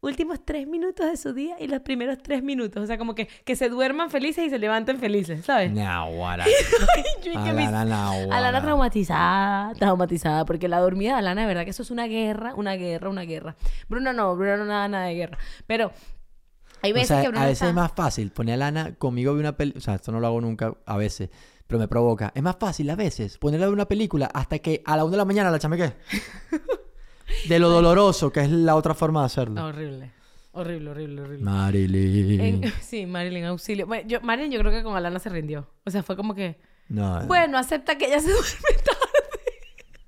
últimos tres minutos de su día y los primeros tres minutos, o sea, como que, que se duerman felices y se levanten felices, ¿sabes?
Nahuara.
Yo y que mis-
Alana, nahuara.
Alana traumatizada, traumatizada, porque la dormida de Alana, de verdad que eso es una guerra, una guerra, una guerra. Bruno no, Bruno no nada, nada de guerra. Pero hay
O
veces
sea,
que Bruno
a veces
está-
es más fácil poner a Lana conmigo a ver una película. O sea, esto no lo hago nunca, a veces, pero me provoca. Es más fácil a veces ponerla a ver una película hasta que a la una de la mañana la chamequé. De lo doloroso, que es la otra forma de hacerlo.
Horrible. Horrible, horrible, horrible.
Marilyn.
En- sí, Marilyn, auxilio. Bueno, yo, Marilyn, yo creo que con Alana se rindió. O sea, fue como que,
No, no.
bueno, acepta que ella se duerme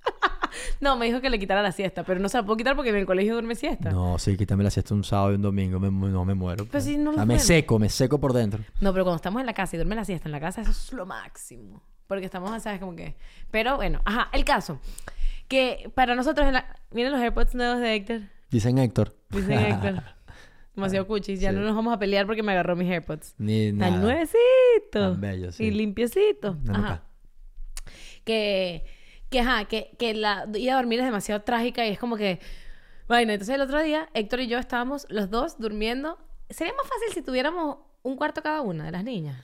tarde. no, me dijo que le quitara la siesta, pero no se la puedo quitar porque en el colegio duerme siesta. No,
No, sí, quítame la siesta un sábado y un domingo. me mu- no, me muero. pues.
si no
o sea,
lo
me
duerme.
seco, me seco por dentro.
pero cuando estamos en la casa y duerme la siesta en la casa, eso es lo máximo. Porque estamos, ¿sabes? Como que. Pero bueno, ajá, el caso. Que para nosotros, en la- miren los AirPods nuevos de Héctor.
Dicen Héctor.
Dicen Héctor. Demasiado cuchis. Ya no nos vamos a pelear porque me agarró mis AirPods.
Ni nada.
Tan nuevecito.
Tan bello, sí.
Y limpiecito.
No,
ajá.
nunca.
Que, que, ajá, que, que la ida a dormir es demasiado trágica y es como que... Bueno, entonces el otro día Héctor y yo estábamos los dos durmiendo. Sería más fácil si tuviéramos un cuarto cada una de las niñas.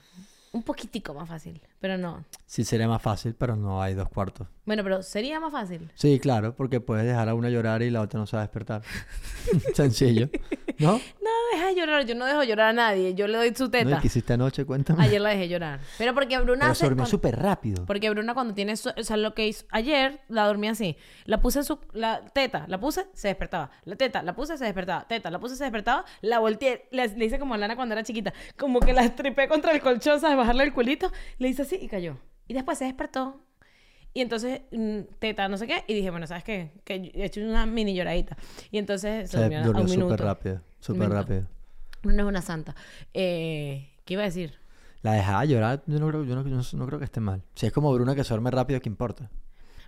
Un poquitico más fácil, pero no.
Sí, sería más fácil, pero no hay dos cuartos.
Bueno, pero sería más fácil.
Sí, claro, porque puedes dejar a una llorar y la otra no se va a despertar. Sencillo. ¿No?
No, deja de llorar. Yo no dejo llorar a nadie. Yo le doy su
¿No? ¿Y
teta.
qué hiciste anoche? Cuéntame.
Ayer la dejé llorar. Pero porque Bruna...
Pero
hace-
se durmió
cuando-
súper rápido.
Porque Bruna cuando tiene sue- o sea, lo que hizo ayer, la dormía así. La puse en su la teta, la puse, se despertaba. La teta, la puse, se despertaba. Teta, la puse, se despertaba. La volteé, le, le hice como a Lana cuando era chiquita, como que la estripé contra el colchón, ¿sabes? Bajarle el culito, le hice así y cayó. Y después se despertó. Y entonces, mm, teta, no sé qué, y dije, bueno, ¿sabes qué? Que yo- he hecho una mini lloradita. Y entonces se
Se
durmió, a- a
durmió
un
súper
minuto.
rápido. Súper
minuto.
rápido.
Bruna es una santa. Eh, ¿Qué iba a decir?
La dejaba llorar, yo no creo, yo no, yo no- no creo que esté mal. Si es como Bruna que se duerme rápido, ¿qué importa?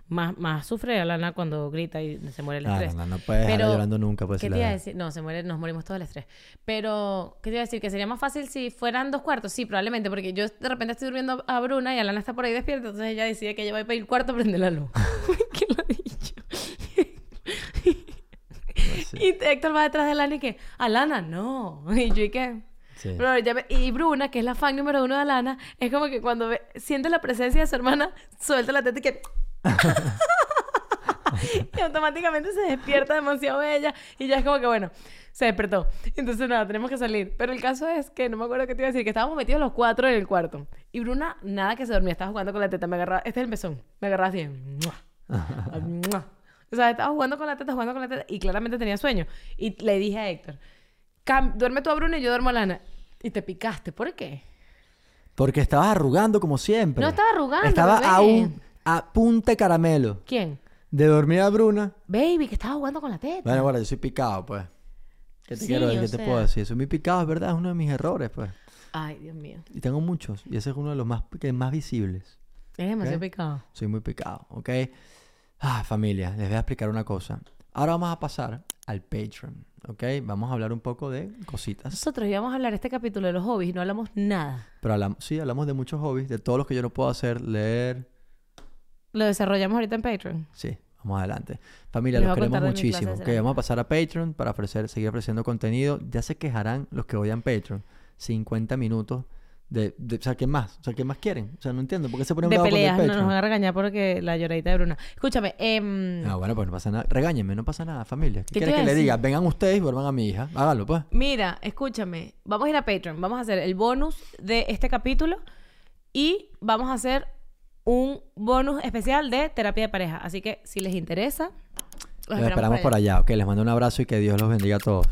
más, más sufre Alana cuando grita y se muere el
Claro,
estrés.
Ah, no, no puedes dejarla llorando nunca, pues,
¿Qué te
si la
iba a
dejas.
decir? No, se muere, nos morimos todos el estrés. Pero, ¿qué te iba a decir? Que sería más fácil si fueran dos cuartos. Sí, probablemente, porque yo de repente estoy durmiendo a Bruna y Alana está por ahí despierta, entonces ella decide que ella va a ir para el cuarto a prender la luz. ¿Qué lo ha dicho?
Sí,
Y Héctor va detrás de Alana y que, Alana, no. Y yo, ¿y qué?
sí.
Pero ya me- y Bruna, que es la fan número uno de Alana, es como que cuando ve- siente la presencia de su hermana, suelta la teta y que... y automáticamente se despierta demasiado bella y ya es como que, bueno, se despertó. Entonces, nada, tenemos que salir. Pero el caso es que, no me acuerdo qué te iba a decir, que estábamos metidos los cuatro en el cuarto. Y Bruna, nada que se dormía, estaba jugando con la teta, me agarraba, este es el mesón, me agarraba así. ¡mua! Ah, ¡mua! O sea, estaba jugando con la teta, jugando con la teta y claramente tenía sueño. Y le dije a Héctor, "Cam- duerme tú a Bruna y yo duermo a Lana. Y te picaste, ¿por qué?
Porque estabas arrugando como siempre.
No estaba arrugando,
Estaba
bebé.
a un a punta de caramelo.
¿Quién?
De dormir a Bruna.
Baby, que estaba jugando con la teta.
Bueno, bueno, yo soy picado, pues. ¿Qué te
Sí,
quiero decir?
o
¿Qué te
sea.
puedo decir? Soy muy picado, es verdad, es uno de mis errores, pues.
Ay, Dios mío.
Y tengo muchos, y ese es uno de los más, que más visibles.
Es demasiado
¿Qué?
picado.
Soy muy picado, ¿ok? Ah, familia, les voy a explicar una cosa. Ahora vamos a pasar al Patreon, ¿ok? Vamos a hablar un poco de cositas.
Nosotros íbamos a hablar este capítulo de los hobbies y no hablamos nada.
Pero hablamos, sí, hablamos de muchos hobbies, de todos los que yo no puedo hacer, leer.
Lo desarrollamos ahorita en Patreon.
Sí, vamos adelante. Familia,
Les voy a
los queremos
contar de mi clase
muchísimo.
de
Ok,
cerámica.
vamos a pasar a Patreon para ofrecer, seguir ofreciendo contenido. Ya se quejarán los que odian Patreon. 50 minutos de, de- O sea, ¿qué más? O sea, ¿qué más quieren? O sea, no entiendo. ¿Por qué se ponen
De
bravos con el
peleas, no nos
Patreon?
van a regañar porque la lloradita de Bruna. Escúchame, em,
Ah, bueno, pues no pasa nada. Regáñenme, no pasa nada, familia. ¿Qué,
¿Qué te iba
quieres que
a
le
decir?
diga? Vengan ustedes y vuelvan a mi hija. Hágalo, pues.
mira, escúchame. Vamos a ir a Patreon. Vamos a hacer el bonus de este capítulo y vamos a hacer un bonus especial de terapia de pareja. Así que si les interesa, los
Los esperamos por allá. Ok, les mando un abrazo y que Dios los bendiga a todos.